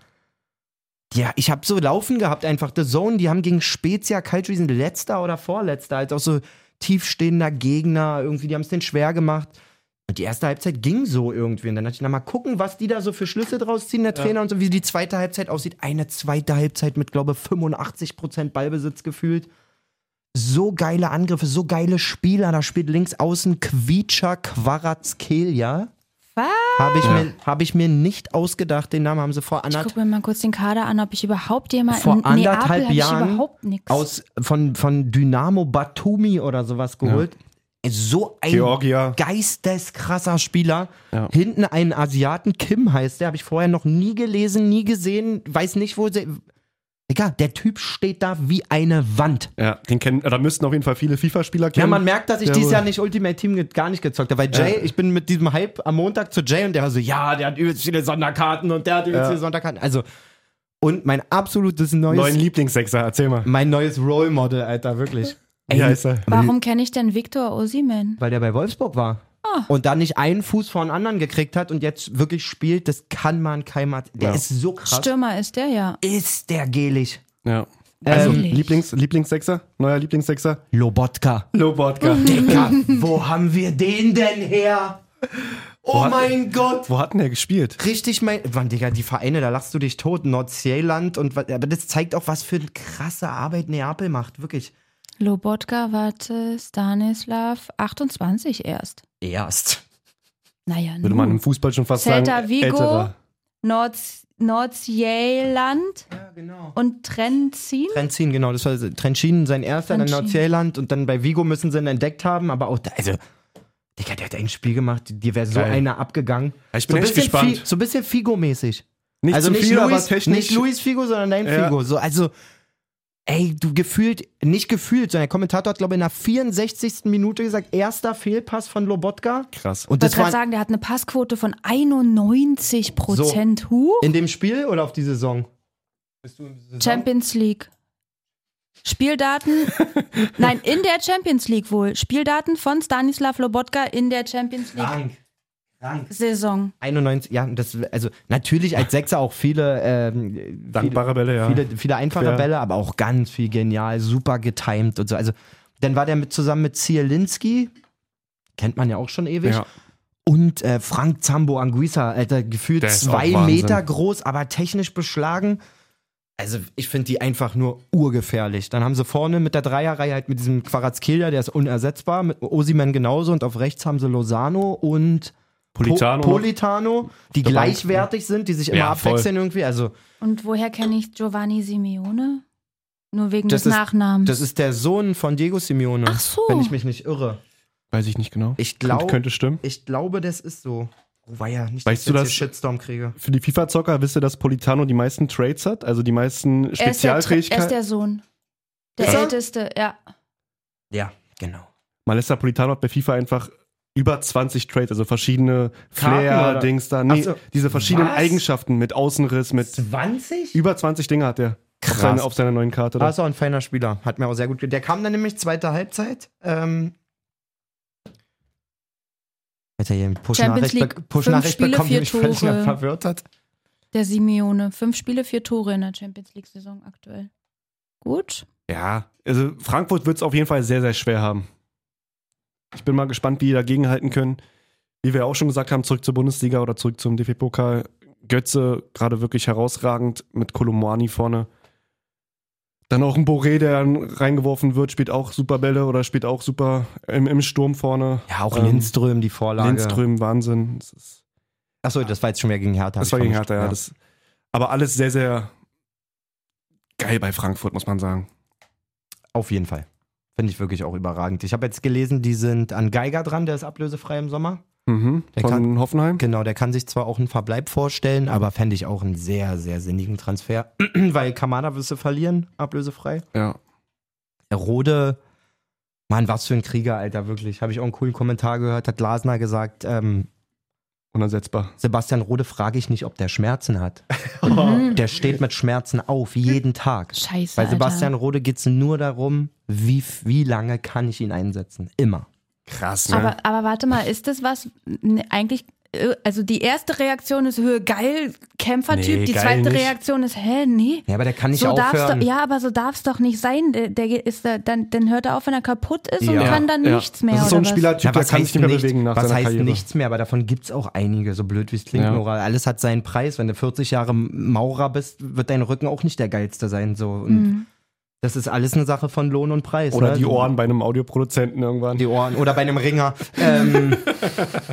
ja, ich habe so Laufen gehabt, einfach The Zone, die haben gegen Spezia Calcio, die sind letzter oder vorletzter, halt auch so tiefstehender Gegner, irgendwie, die haben es denen schwer gemacht. Und die erste Halbzeit ging so irgendwie. Und dann hatte ich nochmal gucken, was die da so für Schlüsse draus ziehen, der Trainer und so, wie die zweite Halbzeit aussieht. Eine zweite Halbzeit mit, glaube ich, 85% Ballbesitz gefühlt so geile Angriffe, so geile Spieler. Da spielt links außen Quietscher Quarazkelia.
Was?
Habe ich, mir- hab ich mir nicht ausgedacht. Den Namen haben sie vor,
Ich
anderth
guck mir mal kurz den Kader an, ob ich überhaupt jemanden
vor
in Neapel
anderthalb
hab ich
Jahren
überhaupt nichts.
aus, von, von Dynamo Batumi oder sowas geholt. So ein
Georgia.
geisteskrasser Spieler.
Ja.
Hinten einen Asiaten, Kim heißt der, habe ich vorher noch nie gelesen, nie gesehen, weiß nicht, wo sie. Digga, der Typ steht da wie eine Wand.
Ja, den kennen, da müssten auf jeden Fall viele FIFA-Spieler kennen.
Ja, man merkt, dass ich
Ja,
dieses
wohl.
Jahr nicht Ultimate Team ge- gar nicht gezockt habe, weil Jay, ich bin mit diesem Hype am Montag zu Jay und der war so, ja, der hat übelst viele Sonderkarten und der hat übelst viele Sonderkarten. Also, und mein absolutes neues,
Neuen Lieblingssechser, erzähl mal.
mein neues Role Model, Alter, wirklich.
Wie heißt er?
Warum kenne ich denn Victor Osiman?
Weil der bei Wolfsburg war. Und da nicht einen Fuß vor den anderen gekriegt hat und jetzt wirklich spielt, das kann man keinem. Arzt- Der
Ja.
ist so krass.
Stürmer ist der, ja.
Ist der gelig.
Ja. Also,
Ehrlich.
Lieblings, Lieblingssechser? Neuer Lieblingssechser?
Lobotka.
Lobotka.
Digga, wo haben wir den denn her? Oh
Boah.
mein Gott.
Wo hat denn der gespielt?
richtig mein. Mann, Digga, die Vereine, da lachst du dich tot. Nordseeland und was- aber das zeigt auch, was für eine krasse Arbeit Neapel macht, wirklich.
Lobotka, warte, Stanislav, 28 erst.
Erst.
Naja,
Würde man im Fußball schon fast
Celta
sagen. äh,
Vigo.
Älterer.
Nord Nordsjælland
Ja, genau.
und Trenzin.
Trenzin, genau, das war Trentin sein erster, dann
Trentin.
Nordseeland und dann bei Vigo müssen sie ihn entdeckt haben, aber auch da, also. Digga, der hat ein Spiel gemacht, dir wäre so
Geil.
einer abgegangen.
Ja, ich bin
so ein
echt
bisschen
gespannt.
Fi- so ein bisschen Figo-mäßig.
Nicht
also
zu
nicht
viel, aber
Luis,
technisch.
nicht Luis Figo, sondern dein
Ja.
Figo. So, also, ey, du gefühlt, nicht gefühlt, sondern der Kommentator hat, glaube ich, in der 64. Minute gesagt, erster Fehlpass von Lobotka.
Krass.
Und
Ich wollte
das
gerade
war
sagen, der hat eine Passquote von 91 Prozent. Huh?
in dem Spiel oder auf die Saison? Genau.
Champions League. Spieldaten,
*laughs*
nein, in der Champions League wohl. Spieldaten von Stanislav Lobotka in der Champions
Krank. Krank.
League-Saison.
91, ja, das, also natürlich als Sechser auch viele, ähm,
Dankbare Bälle, ja.
viele, viele einfache
Quer.
Bälle, aber auch ganz viel genial, super getimed und so. Also, dann war der mit zusammen mit Zielinski, kennt man ja auch schon ewig.
ja.
Und äh, Frank Zambo Anguissa, Alter, gefühlt
Der ist auch
zwei
Wahnsinn.
Meter groß, aber technisch beschlagen. Also ich finde die einfach nur urgefährlich. Dann haben sie vorne mit der Dreierreihe halt mit diesem Quarazkelia, der ist unersetzbar, mit Osiman genauso und auf rechts haben sie Lozano und
Politano.
Po Politano die
Der Bank,
gleichwertig sind, die sich immer
Ja, voll.
abwechseln irgendwie. Also
Und woher kenne ich Giovanni Simeone? Nur wegen
Das
des
ist-
Nachnamens.
das ist der Sohn von Diego Simeone,
Ach so.
wenn ich mich nicht irre.
Weiß ich nicht genau.
Ich glaub-
Könnte- Könnte stimmen.
Ich glaube, das ist so. Oh, war ja nicht,
Weißt
dass ich
du
jetzt
das-
hier Shitstorm kriege.
Für die FIFA-Zocker wisst ihr, dass Politano die meisten Trades hat, also die meisten
er, ist der, Tra- er ist
Spezialfähigkeiten.
der Sohn. Der
Ist er?
Älteste, ja.
Ja, genau.
Malessa Politano hat bei FIFA einfach über 20 Trades, also verschiedene
Karten oder-
Flair-Dings da. Nee,
Ach so.
diese verschiedenen
Was?
Eigenschaften mit Außenriss, mit
20?
über 20 Dinge hat er auf,
Krass.
seine, auf seiner neuen Karte. Da.
Also ein feiner Spieler. Hat mir auch sehr gut ge- Der kam dann nämlich zweite Halbzeit. Ähm, Alter, hier ein
Champions
Push-Nachricht
League,
be Push
fünf Spiele,
bekommen, die
vier
mich völlig
Tore.
verwirrt hat.
Der Simeone. Fünf Spiele, vier Tore in der Champions League-Saison aktuell.
*laughs*
Gut.
Ja, also Frankfurt wird es auf jeden Fall sehr, sehr schwer haben. Ich bin mal gespannt, wie die dagegenhalten können. Wie wir auch schon gesagt haben, zurück zur Bundesliga oder zurück zum DFB-Pokal. Götze gerade wirklich herausragend mit Kolomani vorne. Dann auch ein Boré, der dann reingeworfen wird, spielt auch super Bälle oder spielt auch super im, im Sturm vorne.
Ja, auch
Ähm,
Lindström, die Vorlage.
Lindström, Wahnsinn. Das, ist,
Achso, das war jetzt schon wieder gegen Hertha.
das
hab
war
ich
gegen
vermischt.
Hertha, ja. Das, aber alles sehr, sehr geil bei Frankfurt, muss man sagen.
Auf jeden Fall. Finde ich wirklich auch überragend. Ich habe jetzt gelesen, die sind an Geiger dran, der ist ablösefrei im Sommer.
Mhm.
Der
Von
kann-
Hoffenheim.
Genau, der kann sich zwar auch einen Verbleib vorstellen, aber fände ich auch einen sehr, sehr sinnigen Transfer, *clears throat* weil Kamada wirst du verlieren, ablösefrei.
Ja.
Rode, Mann, was für ein Krieger, Alter, wirklich. Habe ich auch einen coolen Kommentar gehört, hat Lasner gesagt, ähm,
Unersetzbar.
Sebastian Rode frage ich nicht, ob der Schmerzen hat.
Mhm.
Der steht mit Schmerzen auf, jeden Tag.
Scheiße.
Bei
Alter.
Sebastian Rode geht es nur darum, wie, wie lange kann ich ihn einsetzen. Immer.
Krass,
ne?
Aber, aber warte mal, ist das was? Nee, eigentlich, äh, also die erste Reaktion ist Höhe, geil, Kämpfertyp.
Nee,
die
geil
zweite
nicht.
Reaktion ist, hä, nee.
Ja, aber der kann nicht
So darf's
aufhören.
doch, ja, aber so darf es doch nicht sein. Der, der geht- ist da, dann, dann hört er auf, wenn er kaputt ist und
Ja.
kann dann
Ja.
nichts mehr.
Das ist so ein
oder was?
Spielertyp,
Ja,
der
was
kann
heißt,
sich nicht mehr
nicht,
bewegen nach
was
seiner
heißt
Karriere.
nichts mehr, aber davon gibt es auch einige, so blöd wie es klingt,
Ja.
Nora. Alles hat seinen Preis. Wenn du 40 Jahre Maurer bist, wird dein Rücken auch nicht der geilste sein. So. Und
Mhm.
Das ist alles eine Sache von Lohn und Preis.
Oder
ne?
die
Du-
Ohren bei einem Audioproduzenten irgendwann.
Die Ohren. Oder bei einem Ringer. ähm,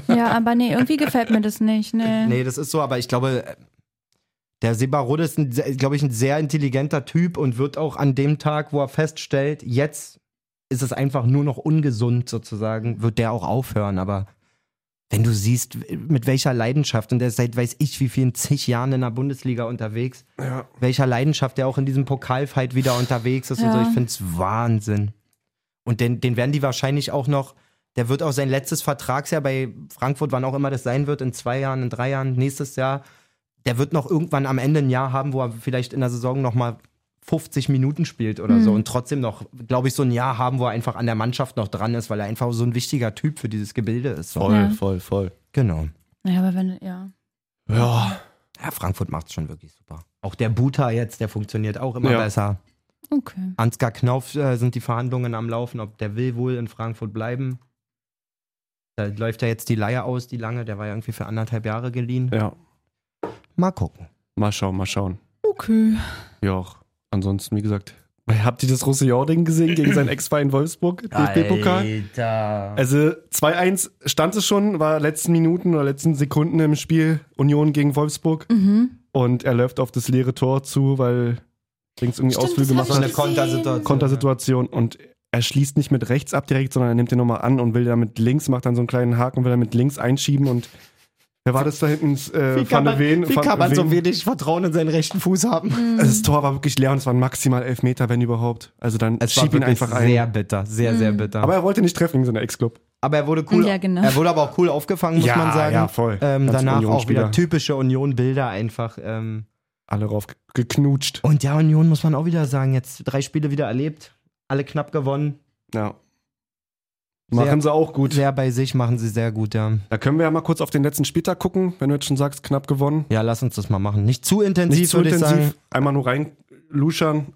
Ja, aber nee, irgendwie gefällt mir das nicht. ne.
*laughs*
Nee.
nee, das ist so, aber ich glaube, der Sebarode ist, ein sehr- glaube ich, ein sehr intelligenter Typ und wird auch an dem Tag, wo er feststellt, jetzt ist es einfach nur noch ungesund sozusagen, wird der auch aufhören, aber. Wenn du siehst, mit welcher Leidenschaft, und der ist seit weiß ich wie vielen zig Jahren in der Bundesliga unterwegs,
Ja.
welcher Leidenschaft der auch in diesem Pokalfight wieder unterwegs ist und so.
Ja.
Ich finde es Wahnsinn. Und den, den werden die wahrscheinlich auch noch, der wird auch sein letztes Vertragsjahr bei Frankfurt, wann auch immer das sein wird, in zwei Jahren, in drei Jahren, nächstes Jahr, der wird noch irgendwann am Ende ein Jahr haben, wo er vielleicht in der Saison nochmal 50 Minuten spielt oder
Mhm.
so und trotzdem noch, glaube ich, so ein Jahr haben, wo er einfach an der Mannschaft noch dran ist, weil er einfach so ein wichtiger Typ für dieses Gebilde ist. So.
Voll,
Ja.
voll, voll.
Genau.
Ja, aber wenn, ja.
Ja.
Ja, Frankfurt macht es schon wirklich super. Auch der Buta jetzt, der funktioniert auch immer
Ja.
besser.
Okay.
Ansgar Knauf äh, sind die Verhandlungen am Laufen, ob der will wohl in Frankfurt bleiben. Da läuft ja jetzt die Leier aus, die lange, der war ja irgendwie für anderthalb Jahre geliehen.
Ja.
Mal gucken.
Mal schauen, mal schauen.
Okay.
Ja, auch. Ansonsten, wie gesagt, habt ihr das Roussillon-Ding gesehen gegen seinen Ex-Verein Wolfsburg, DFB-Pokal?
Alter.
Also 2-1 stand es schon, war letzten Minuten oder letzten Sekunden im Spiel Union gegen Wolfsburg
Mhm.
und er läuft auf das leere Tor zu, weil links irgendwie
Stimmt,
Ausflüge
das
macht.
hab
so eine
ich
also
gesehen.
Kontersituation.
Kontersituation und er schließt nicht mit rechts ab direkt, sondern er nimmt den nochmal an und will damit links, macht dann so einen kleinen Haken, will damit links einschieben und wer war das da hinten? Äh,
Wie kann,
de
man,
Ven-
wie
Van
kann man
de
so
Ven-
wenig Vertrauen in seinen rechten Fuß *laughs* haben?
Das Tor war wirklich leer und es waren maximal elf Meter, wenn überhaupt. Also dann schieb ihn einfach
sehr
ein.
bitter, sehr, sehr bitter.
Aber er wollte nicht treffen gegen seinen Ex-Club.
Aber er wurde cool.
Mhm. Ja, genau.
Er wurde aber auch cool aufgefangen, muss
Ja,
man sagen.
ja, voll.
Ähm,
Ganz
danach auch
Union-Spieler.
wieder typische Union-Bilder einfach. Ähm,
Alle rauf ge- geknutscht.
Und ja, Union muss man auch wieder sagen, jetzt drei Spiele wieder erlebt, alle knapp gewonnen.
Ja. Machen sie auch gut.
Sehr bei sich machen sie sehr gut, ja.
Da können wir ja mal kurz auf den letzten Spieltag gucken, wenn du jetzt schon sagst, knapp gewonnen.
Ja, lass uns das mal machen. Nicht zu intensiv,
Nicht zu
würde ich sagen.
intensiv. Einmal nur reinluschern.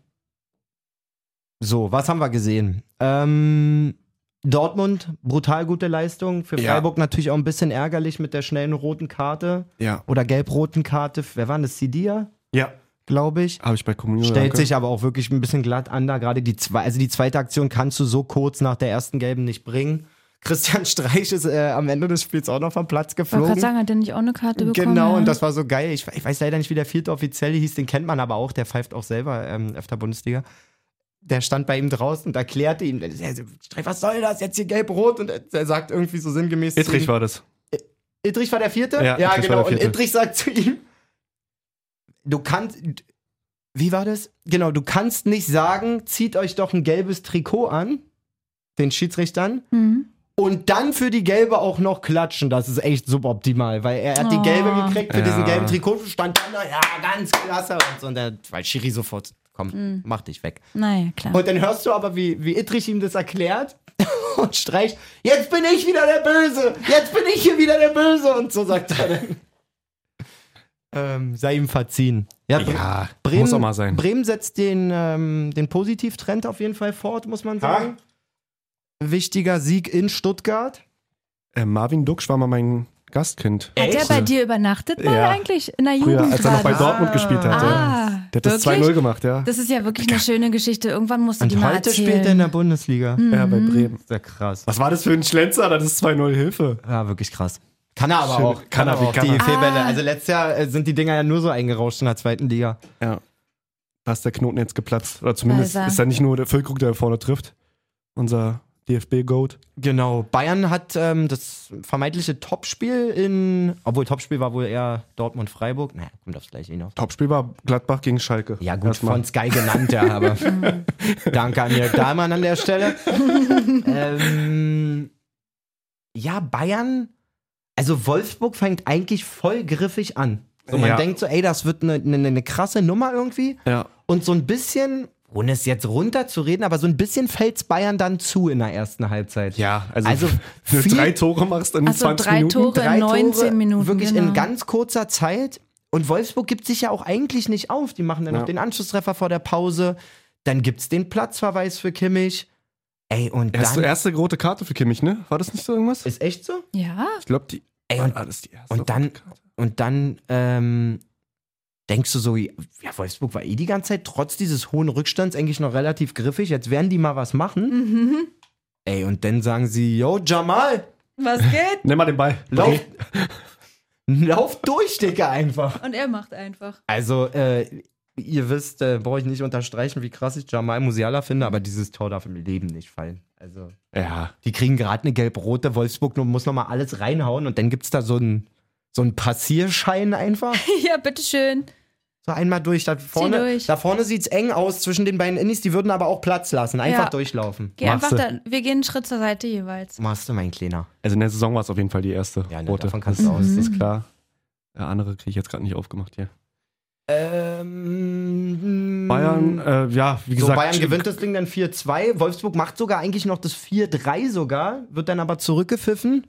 So, was haben wir gesehen? Ähm, Dortmund, brutal gute Leistung. Für
Ja.
Freiburg natürlich auch ein bisschen ärgerlich mit der schnellen roten Karte
Ja.
oder gelb-roten Karte. Wer war denn das? Sidia?
Ja.
glaube ich.
Habe ich bei Comunio.
Stellt
danke.
sich aber auch wirklich ein bisschen glatt an, da gerade die zwei, also die zweite Aktion kannst du so kurz nach der ersten gelben nicht bringen. Christian Streich ist äh, am Ende des Spiels auch noch vom Platz
Ich wollte gerade
geflogen.
sagen, hat der nicht auch eine Karte bekommen?
Genau,
ja?
und das war so geil. Ich, ich weiß leider nicht, wie der vierte Offizielle hieß, den kennt man aber auch, der pfeift auch selber ähm, öfter Bundesliga. Der stand bei ihm draußen und erklärte ihm, äh, Streich, was soll das, jetzt hier gelb-rot? Und er sagt irgendwie so sinngemäß zu ihm,
Ittrich war das.
Ittrich war der vierte?
Ja, Ittrich war
genau.
der vierte.
Und Ittrich sagt zu ihm, du kannst, wie war das? Genau, du kannst nicht sagen, zieht euch doch ein gelbes Trikot an, den Schiedsrichtern,
Mhm.
und dann für die gelbe auch noch klatschen. Das ist echt suboptimal, weil er hat die
Oh.
gelbe gekriegt für
Ja.
diesen gelben Trikot, stand dann da, ja, ganz klasse. Und, so, und der, weil Schiri sofort, komm, mach dich weg.
Naja, klar.
Und dann hörst du aber, wie, wie Ittrich ihm das erklärt *laughs* und streicht, jetzt bin ich wieder der Böse, jetzt bin ich hier wieder der Böse und so sagt er dann. Ähm, sei ihm verziehen. Ja, Bre-
Ja, muss auch mal sein.
Bremen setzt den, ähm, den Positivtrend auf jeden Fall fort, muss man sagen. Wichtiger Sieg in Stuttgart.
Äh, Marvin Ducksch war mal mein Gastkind.
hat der
Echt?
bei dir übernachtet mal
Ja.
eigentlich? In der
Früher,
Jugend
als er noch bei
war das.
Dortmund gespielt hatte.
Ah,
der hat das
wirklich?
2-0 gemacht, ja.
Das ist ja wirklich eine schöne Geschichte. Irgendwann musst du die
Und
mal
heute
erzählen. Mhm.
spielt er in der Bundesliga.
Ja, bei Bremen.
Sehr krass.
Was war das für ein Schlenzer? Das ist 2-0 Hilfe.
Ja, wirklich krass. Kann er aber
Schön.
auch.
Kann er wie
auch
kann
die
er.
Ah.
Fehlbälle. Also letztes Jahr äh, sind die Dinger ja nur so eingerauscht in der zweiten Liga.
Ja. Da ist der Knoten jetzt geplatzt. Oder zumindest
Weiß er.
ist da nicht nur der Füllkrug, der vorne trifft. Unser DFB-Goat.
Genau, Bayern hat ähm, das vermeintliche Topspiel in, obwohl Topspiel war wohl eher Dortmund-Freiburg, naja, kommt aufs gleiche hinaus.
Topspiel war Gladbach gegen Schalke.
Ja gut,
Erstmal.
von Sky genannt, ja, aber danke an Jörg Dahlmann an der Stelle. ähm, ja, Bayern, also Wolfsburg fängt eigentlich voll griffig an. So, man
Ja.
denkt so, ey, das wird eine ne, ne krasse Nummer irgendwie.
Ja.
Und so ein bisschen, ohne es jetzt runterzureden, aber so ein bisschen fällt's Bayern dann zu in der ersten Halbzeit.
Ja, also,
Also *laughs*
wenn du
viel-
drei Tore machst in
Also
20
drei
Minuten.
Tore in 19
Tore
Minuten.
Wirklich
genau.
in ganz kurzer Zeit. Und Wolfsburg gibt sich ja auch eigentlich nicht auf. Die machen dann
Ja.
noch den Anschlusstreffer vor der Pause. Dann gibt es den Platzverweis für Kimmich. Ey, und
Erste,
dann.
erste rote Karte für Kimmich, ne? War das nicht so irgendwas?
Ist echt so?
Ja,
*laughs*
Ich glaube, die.
Ey, und,
Ah, das ist die erste
und dann-
rote Karte.
und dann ähm, denkst du so, ja, Wolfsburg war eh die ganze Zeit trotz dieses hohen Rückstands eigentlich noch relativ griffig. Jetzt werden die mal was machen. Ey, und dann sagen sie: Yo, Jamal,
was geht?
Nimm mal den Ball.
lauf, *laughs*
Okay.
lauf durch, Digga, einfach.
Und er macht einfach. *laughs*
Also, äh, ihr wisst, äh, brauche ich nicht unterstreichen, wie krass ich Jamal Musiala finde, aber dieses Tor darf im Leben nicht fallen. Also,
Ja.
die kriegen gerade eine gelb-rote, Wolfsburg nur- muss nochmal alles reinhauen und dann gibt es da so einen so einen
*laughs*
Passierschein einfach.
ja, bitteschön.
So einmal durch. Da vorne,
durch.
Da vorne sieht es eng aus zwischen den beiden Innis, die würden aber auch Platz lassen. Einfach
Ja.
durchlaufen.
Geh
Machst
einfach
du.
dann. Wir gehen einen Schritt zur Seite jeweils.
Machst du, mein Kleiner.
Also in der Saison war es auf jeden Fall die erste
Ja, ne,
rote.
davon kannst du
Das ist-
ausgehen.
Das *laughs* ist klar. Der andere kriege ich jetzt gerade nicht aufgemacht hier.
Ähm,
Bayern, äh, ja, wie gesagt.
so, Bayern gewinnt das Ding dann 4-2. Wolfsburg macht sogar eigentlich noch das 4-3 sogar, wird dann aber zurückgepfiffen.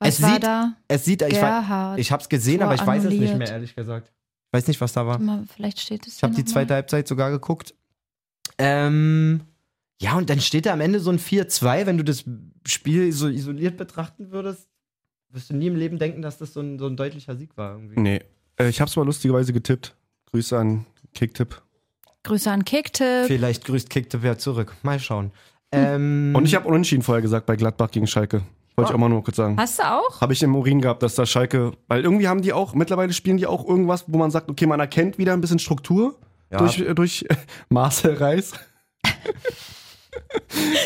Was
Es
war
sieht-
da?
Es sieht, ich, wei-
Gerhard.
ich hab's gesehen,
Tor
aber ich weiß es nicht
annulliert.
mehr, ehrlich gesagt. Ich weiß nicht, was da war.
Warte mal, vielleicht steht es
Ich habe
hier
die
Hm, noch
zweite
mal.
Halbzeit sogar geguckt. Ähm, ja, und dann steht da am Ende so ein 4-2. Wenn du das Spiel so isoliert betrachten würdest, wirst du nie im Leben denken, dass das so ein, so ein deutlicher Sieg war. Irgendwie.
Nee. Äh, ich hab's mal lustigerweise getippt. Grüße an Kicktipp.
Grüße an Kicktipp.
Vielleicht grüßt Kickte wer zurück. Mal schauen. Ähm,
Hm. Und ich habe unentschieden vorher gesagt bei Gladbach gegen Schalke.
Ah.
Wollte ich auch mal nur kurz sagen.
Hast du auch?
Habe ich im Urin gehabt, dass da Schalke, weil irgendwie haben die auch, mittlerweile spielen die auch irgendwas, wo man sagt, okay, man erkennt wieder ein bisschen Struktur
Ja.
durch, äh, durch *laughs* Marcel Reis.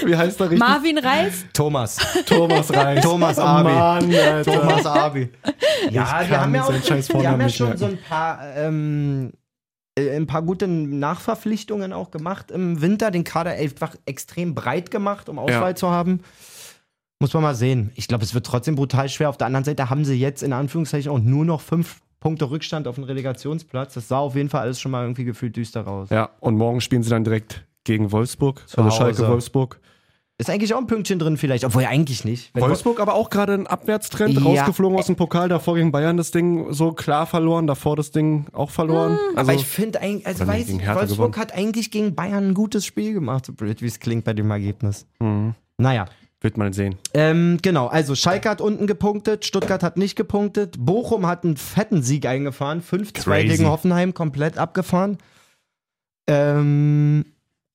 Wie heißt der richtig?
Marvin Reis?
Thomas.
Thomas Reis. *laughs*
Thomas
Abi.
Abi.
Oh Mann, Alter.
*laughs* Thomas Abi. Ja,
Ich
wir
kann
haben ja
seinen
auch
scheiß
wir
Vornamen
haben ja
nicht
schon
merken.
so ein paar, ähm, äh, ein paar gute Nachverpflichtungen auch gemacht im Winter, den Kader einfach extrem breit gemacht, um Auswahl
Ja.
zu haben. Muss man mal sehen. Ich glaube, es wird trotzdem brutal schwer. Auf der anderen Seite haben sie jetzt in Anführungszeichen auch nur noch fünf Punkte Rückstand auf den Relegationsplatz. Das sah auf jeden Fall alles schon mal irgendwie gefühlt düster raus.
Ja, und morgen spielen sie dann direkt gegen Wolfsburg.
Zu
also
Hause.
Schalke Wolfsburg.
Ist eigentlich auch ein Pünktchen drin vielleicht, obwohl eigentlich nicht. Wenn-
Wolfsburg aber auch gerade ein Abwärtstrend,
Ja.
rausgeflogen aus dem Pokal, davor gegen Bayern das Ding so klar verloren, davor das Ding auch verloren. also
Hm, aber ich finde eigentlich, also
Oder nee,
weiß
gegen
ich,
Hertha
Wolfsburg
gewonnen.
hat eigentlich gegen Bayern ein gutes Spiel gemacht, so blöd wie es klingt bei dem Ergebnis. Naja,
hm, Wird man sehen.
Ähm, genau, also Schalke hat unten gepunktet, Stuttgart hat nicht gepunktet, Bochum hat einen fetten Sieg eingefahren, 5-2
Crazy.
gegen Hoffenheim, komplett abgefahren. Ähm,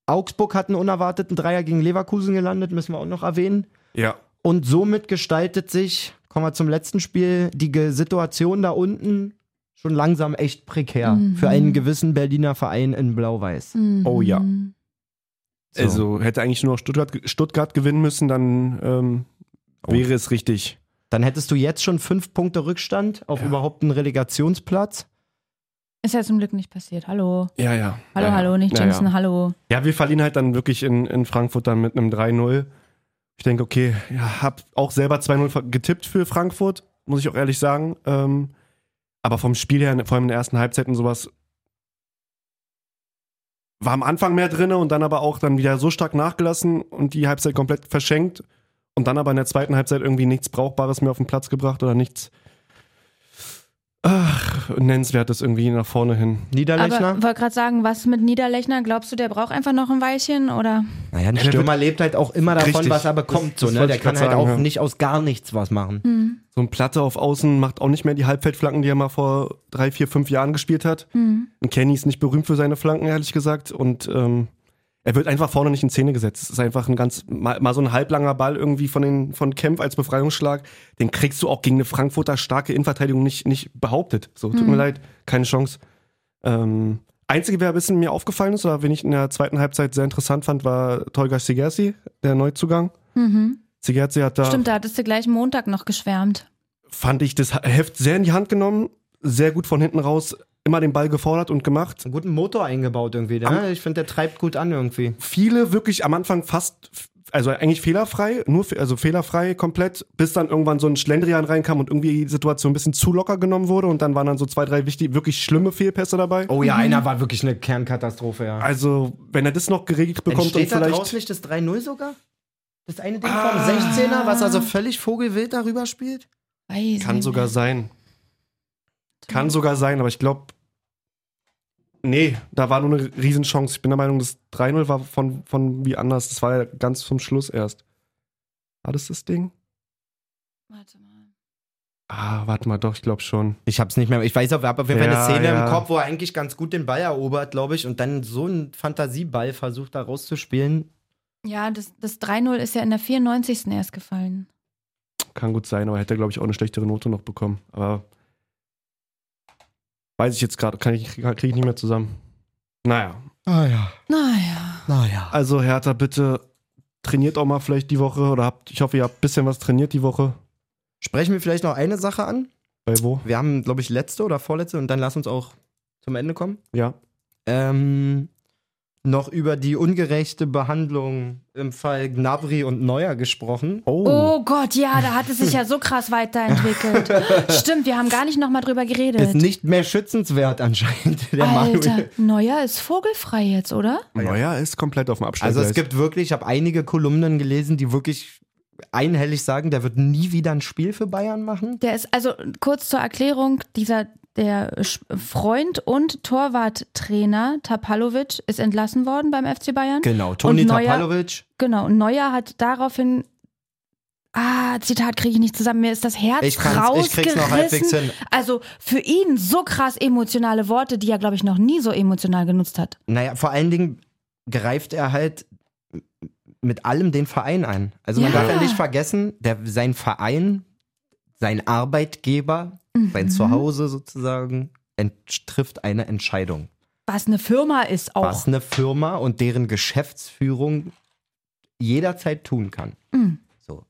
Augsburg hat einen unerwarteten Dreier gegen Leverkusen gelandet, müssen wir auch noch erwähnen.
Ja.
Und somit gestaltet sich, kommen wir zum letzten Spiel, die Ge- Situation da unten schon langsam echt prekär für einen gewissen Berliner Verein in Blau-Weiß.
Mhm.
Oh ja.
So.
Also hätte eigentlich nur noch Stuttgart, Stuttgart gewinnen müssen, dann ähm, wäre es richtig.
Dann hättest du jetzt schon fünf Punkte Rückstand auf überhaupt einen Relegationsplatz.
Ist ja zum Glück nicht passiert. Hallo.
Ja, ja.
Hallo,
ja, ja.
hallo, nicht
Ja,
Jameson,
Ja.
hallo.
ja, wir verlieren halt dann wirklich in, in Frankfurt dann mit einem 3-0. Ich denke, okay, ja, hab auch selber 2-0 ver- getippt für Frankfurt, muss ich auch ehrlich sagen. Ähm, aber vom Spiel her, vor allem in der ersten Halbzeit und sowas, war am Anfang mehr drin und dann aber auch dann wieder so stark nachgelassen und die Halbzeit komplett verschenkt und dann aber in der zweiten Halbzeit irgendwie nichts Brauchbares mehr auf den Platz gebracht oder nichts ach, Nennenswertes irgendwie nach vorne hin.
Niederlechner?
Aber wollte gerade sagen, was mit Niederlechner? Glaubst du, der braucht einfach noch ein Weilchen? Oder?
Naja, ein
Ja, der
Stürmer lebt halt auch immer davon,
Richtig.
was er bekommt.
Das-
So,
das
ne?
wollte
Der
ich
kann halt
grad
auch
sagen, ja.
nicht aus gar nichts was machen.
Hm.
So ein Platte auf Außen macht auch nicht mehr die Halbfeldflanken, die er mal vor drei, vier, fünf Jahren gespielt hat.
Hm.
Und Kenny ist nicht berühmt für seine Flanken, ehrlich gesagt. Und ähm, er wird einfach vorne nicht in Szene gesetzt. Es ist einfach ein ganz, mal, mal so ein halblanger Ball irgendwie von, den, von Kempf als Befreiungsschlag. Den kriegst du auch gegen eine Frankfurter starke Innenverteidigung nicht, nicht behauptet. So, tut
Hm.
mir leid, keine Chance. Ähm, einzige, wer ein bisschen mir aufgefallen ist, oder wen ich in der zweiten Halbzeit sehr interessant fand, war Tolga Sigersi, der Neuzugang.
Mhm.
Sigersi hat da
Stimmt, da hattest du gleich Montag noch geschwärmt.
fand ich das Heft sehr in die Hand genommen, sehr gut von hinten raus, immer den Ball gefordert und gemacht.
Einen guten Motor eingebaut irgendwie. Ne? Ich finde, der treibt gut an irgendwie.
Viele wirklich am Anfang fast, also eigentlich fehlerfrei, nur fe- also fehlerfrei komplett, bis dann irgendwann so ein Schlendrian reinkam und irgendwie die Situation ein bisschen zu locker genommen wurde und dann waren dann so zwei, drei wichtig, wirklich schlimme Fehlpässe dabei.
Oh ja, einer war wirklich eine Kernkatastrophe, ja.
Also, wenn er das noch geregelt bekommt und
Entsteht da draus
vielleicht.
nicht das 3-0 sogar? Das eine Ding vom 16er, was also völlig vogelwild darüber spielt?
Weiß
Kann
nicht
sogar
mehr.
sein.
Mhm.
Kann sogar sein, aber ich glaube. Nee, da war nur eine Riesenchance. Ich bin der Meinung, das 3-0 war von, von wie anders. Das war ja ganz zum Schluss erst. War das das Ding?
Warte mal.
Ah, warte mal, doch, ich glaube schon.
Ich hab's nicht mehr. Ich weiß auch, wir haben auf jeden Fall
Ja,
eine Szene
ja.
im Kopf, wo er eigentlich ganz gut den Ball erobert, glaube ich, und dann so einen Fantasieball versucht da rauszuspielen.
Ja, das, das 3-0 ist ja in der 94. erst gefallen.
Kann gut sein, aber hätte, glaube ich, auch eine schlechtere Note noch bekommen. Aber weiß ich jetzt gerade, kann ich, kriege ich nicht mehr zusammen. Naja,
Ah ja,
Naja.
naja.
also Hertha, bitte trainiert auch mal vielleicht die Woche oder habt, ich hoffe, ihr habt ein bisschen was trainiert die Woche.
Sprechen wir vielleicht noch eine Sache an.
Bei wo?
Wir haben, glaube ich, letzte oder vorletzte und dann lass uns auch zum Ende kommen.
Ja.
Ähm, noch über die ungerechte Behandlung im Fall Gnabry und Neuer gesprochen.
Oh Gott, ja, da hat es sich ja so krass
*laughs*
weiterentwickelt. Stimmt, wir haben gar nicht nochmal drüber geredet.
Ist nicht mehr schützenswert anscheinend, *laughs* der
Alter,
Manuel.
Neuer ist vogelfrei jetzt, oder?
Neuer ist komplett auf dem Abstand.
Also es gibt wirklich, ich habe einige Kolumnen gelesen, die wirklich einhellig sagen, der wird nie wieder ein Spiel für Bayern machen.
Der ist, also kurz zur Erklärung, dieser der Sch- Freund und Torwarttrainer Tapalovic ist entlassen worden beim FC Bayern.
Genau,
Toni
Toni
Und Neuer-
Tapalovic.
Genau, und Neuer hat daraufhin Ah, Zitat kriege ich nicht zusammen. Mir ist das Herz
Ich, kann's, ich
rausgerissen.
krieg's noch halbwegs hin.
Also für ihn so krass emotionale Worte, die er, glaube ich, noch nie so emotional genutzt hat.
Naja, vor allen Dingen greift er halt mit allem den Verein ein. Also man
Ja.
darf ja nicht vergessen, der, sein Verein, sein Arbeitgeber, sein
Mhm.
Zuhause sozusagen, ent, trifft eine Entscheidung.
Mhm. Was eine Firma ist auch.
Was eine Firma und deren Geschäftsführung jederzeit tun kann.
Mhm.
So.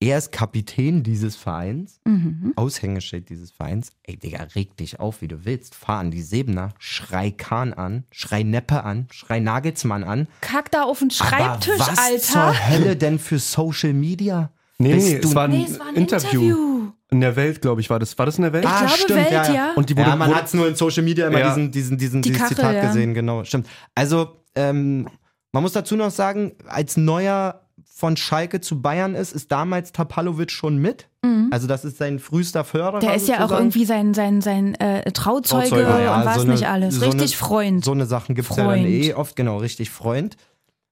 Er ist Kapitän dieses Vereins,
Mhm.
Aushängeschild dieses Vereins. Ey, Digga, reg dich auf, wie du willst. Fahr an die Sebener, schrei Kahn an, schrei Neppe an, schrei Nagelsmann an.
Kack da auf den Schreibtisch,
Aber was
Alter.
zur Hölle denn für Social Media?
Nee,
Bist
nee,
du-
es war ein,
Nee, es war ein
Interview.
Interview.
In der Welt, glaube ich, war das. War das in der Welt?
Ich glaube, Welt, ja.
Und die wurde,
ja, man
wurde
hat es nur in Social Media immer
Ja.
diesen, diesen, diesen
Die
dieses
Kachel,
Zitat
ja.
gesehen, genau. Stimmt. Also, ähm, man muss dazu noch sagen, als neuer von Schalke zu Bayern ist, ist damals Tapalovic schon mit. Also, das ist sein frühester Förderer.
Mhm. Der ist ja auch
sozusagen.
irgendwie sein, sein, sein äh, Trauzeuge,
Trauzeuge,
ja,
und was
so eine-
nicht alles.
so eine-
Richtig Freund.
So eine Sachen gibt es ja dann
Freund.
eh oft, genau, richtig Freund.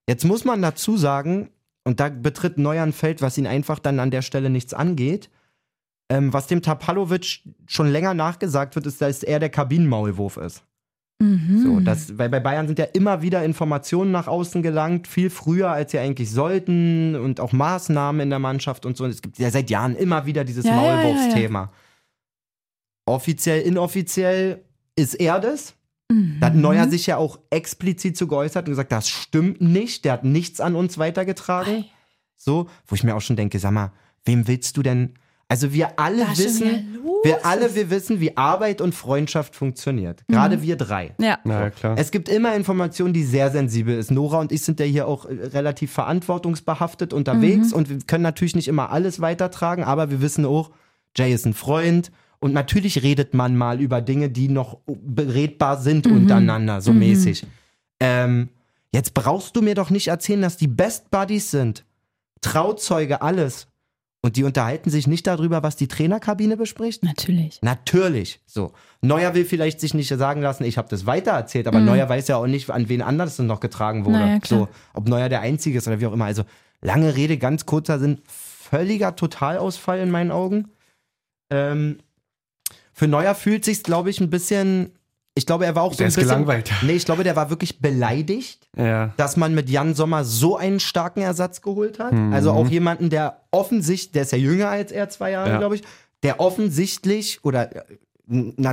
Jetzt muss man dazu sagen, Und da betritt Neuer ein Feld, was ihn einfach dann an der Stelle nichts angeht. Ähm, was dem Tapalovic schon länger nachgesagt wird, ist, dass er der Kabinenmaulwurf ist.
Mhm.
So, das, weil bei Bayern sind ja immer wieder Informationen nach außen gelangt, viel früher als sie eigentlich sollten und auch Maßnahmen in der Mannschaft und so. Es gibt ja seit Jahren immer wieder dieses
Ja, ja, ja, ja.
Maulwurfsthema. Offiziell, inoffiziell ist er das.
mhm.
Da hat Neuer sich ja auch explizit zu geäußert und gesagt, das stimmt nicht, der hat nichts an uns weitergetragen.
Ei.
So, wo ich mir auch schon denke, sag mal, wem willst du denn? Also wir alle
Was ist denn
wissen,
da los?
wir alle, wir wissen, wie Arbeit und Freundschaft funktioniert.
Mhm.
Gerade wir drei.
Ja.
Na ja, klar.
Es gibt immer Informationen, die sehr sensibel ist. Nora und ich sind ja hier auch äh, relativ verantwortungsbehaftet unterwegs und wir können natürlich nicht immer alles weitertragen, aber wir wissen auch, Jay ist ein Freund und natürlich redet man mal über Dinge, die noch beredbar sind untereinander, so mäßig. Ähm, jetzt brauchst du mir doch nicht erzählen, dass die Best Buddies sind. Trauzeuge, alles. Und die unterhalten sich nicht darüber, was die Trainerkabine bespricht?
Natürlich.
Natürlich. So. Neuer will vielleicht sich nicht sagen lassen, ich habe das weitererzählt, aber Neuer weiß ja auch nicht, an wen anders es noch getragen wurde.
Mhm. Naja, klar.
so, ob Neuer der Einzige ist oder wie auch immer. Also lange Rede, ganz kurzer Sinn, völliger Totalausfall in meinen Augen. Ähm, für Neuer fühlt sich, glaube ich, ein bisschen. Ich glaube, er war auch so
Der
ein
ist
bisschen.
gelangweilt.
Nee, ich glaube, der war wirklich beleidigt
Ja.
dass man mit Jan Sommer so einen starken Ersatz geholt hat. Also auch jemanden, der offensichtlich, der ist ja jünger als er, zwei Jahre,
Ja.
glaube ich, der offensichtlich oder äh,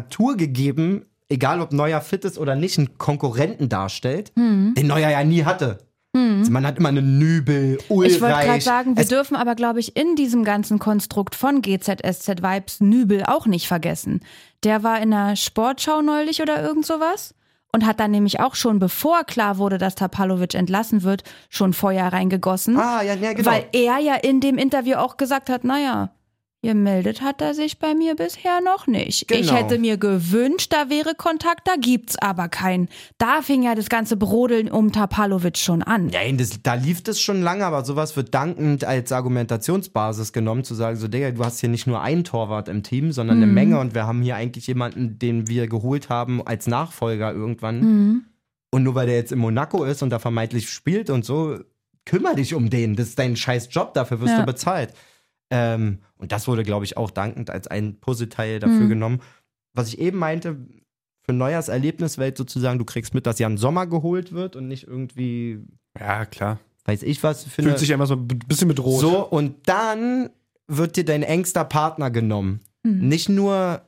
naturgegeben, egal ob Neuer fit ist oder nicht, einen Konkurrenten darstellt,
Mhm.
den Neuer ja nie hatte. Also man hat immer einen Nübel, Ulreich.
Ich wollte gerade sagen, wir
es,
dürfen aber, glaube ich, in diesem ganzen Konstrukt von GZSZ Vibes Nübel auch nicht vergessen. Der war in einer Sportschau neulich oder irgend sowas und hat dann nämlich auch schon, bevor klar wurde, dass Tapalovic entlassen wird, schon Feuer reingegossen.
ah, ja, ja, genau.
Weil er ja in dem Interview auch gesagt hat, naja, gemeldet hat er sich bei mir bisher noch nicht. Ich
Genau.
hätte mir gewünscht, da wäre Kontakt, da gibt's aber keinen. Da fing ja das ganze Brodeln um Tapalovic schon an.
Nein, das, da lief das schon lange, aber sowas wird dankend als Argumentationsbasis genommen, zu sagen, so, Digga, du hast hier nicht nur einen Torwart im Team, sondern eine Menge und wir haben hier eigentlich jemanden, den wir geholt haben als Nachfolger irgendwann.
Mhm.
Und nur weil der jetzt in Monaco ist und da vermeintlich spielt und so, kümmere dich um den. Das ist dein scheiß Job, dafür wirst
Ja.
du bezahlt. Ähm, und das wurde, glaube ich, auch dankend als ein Puzzleteil dafür genommen. Was ich eben meinte, für Neuers Erlebniswelt sozusagen, du kriegst mit, dass Jan Sommer geholt wird und nicht irgendwie
Ja, klar.
weiß ich was, für eine-
Fühlt sich einfach so ein bisschen bedroht.
so und dann wird dir dein engster Partner genommen.
Hm.
Nicht nur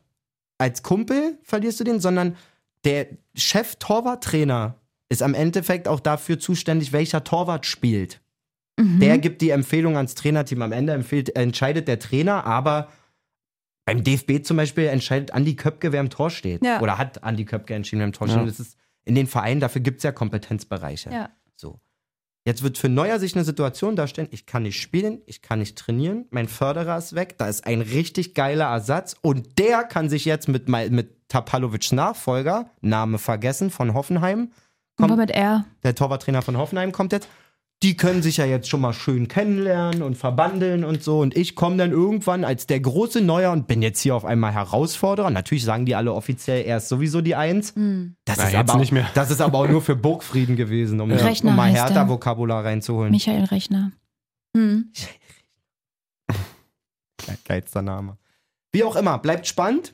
als Kumpel verlierst du den, sondern der Chef Torwarttrainer ist am Endeffekt auch dafür zuständig, welcher Torwart spielt.
Mhm.
Der gibt die Empfehlung ans Trainerteam. Am Ende empfiehlt, entscheidet der Trainer, aber beim DFB zum Beispiel entscheidet Andi Köpke, wer im Tor steht.
Ja.
Oder hat Andi Köpke entschieden, wer im Tor steht.
Ja.
Und Das ist in den Vereinen, dafür gibt es ja Kompetenzbereiche.
Ja.
So. Jetzt wird für Neuer sich eine Situation darstellen, ich kann nicht spielen, ich kann nicht trainieren, mein Förderer ist weg, da ist ein richtig geiler Ersatz und der kann sich jetzt mit, mei- mit Tapalovics Nachfolger, Name vergessen, von Hoffenheim,
Aber
kommt,
mit R.
der Torwarttrainer von Hoffenheim kommt jetzt, die können sich ja jetzt schon mal schön kennenlernen und verbandeln und so und ich komme dann irgendwann als der große Neuer und bin jetzt hier auf einmal Herausforderer. Natürlich sagen die alle offiziell, er ist sowieso die Eins.
Hm.
Das,
Na,
ist
jetzt
aber,
nicht mehr.
das ist aber auch nur für Burgfrieden gewesen,
*laughs*
um,
Rechner
um mal
heißt er.
härter Vokabular reinzuholen.
Michael Rechner. Hm.
Geilster Name. Wie auch immer, bleibt spannend.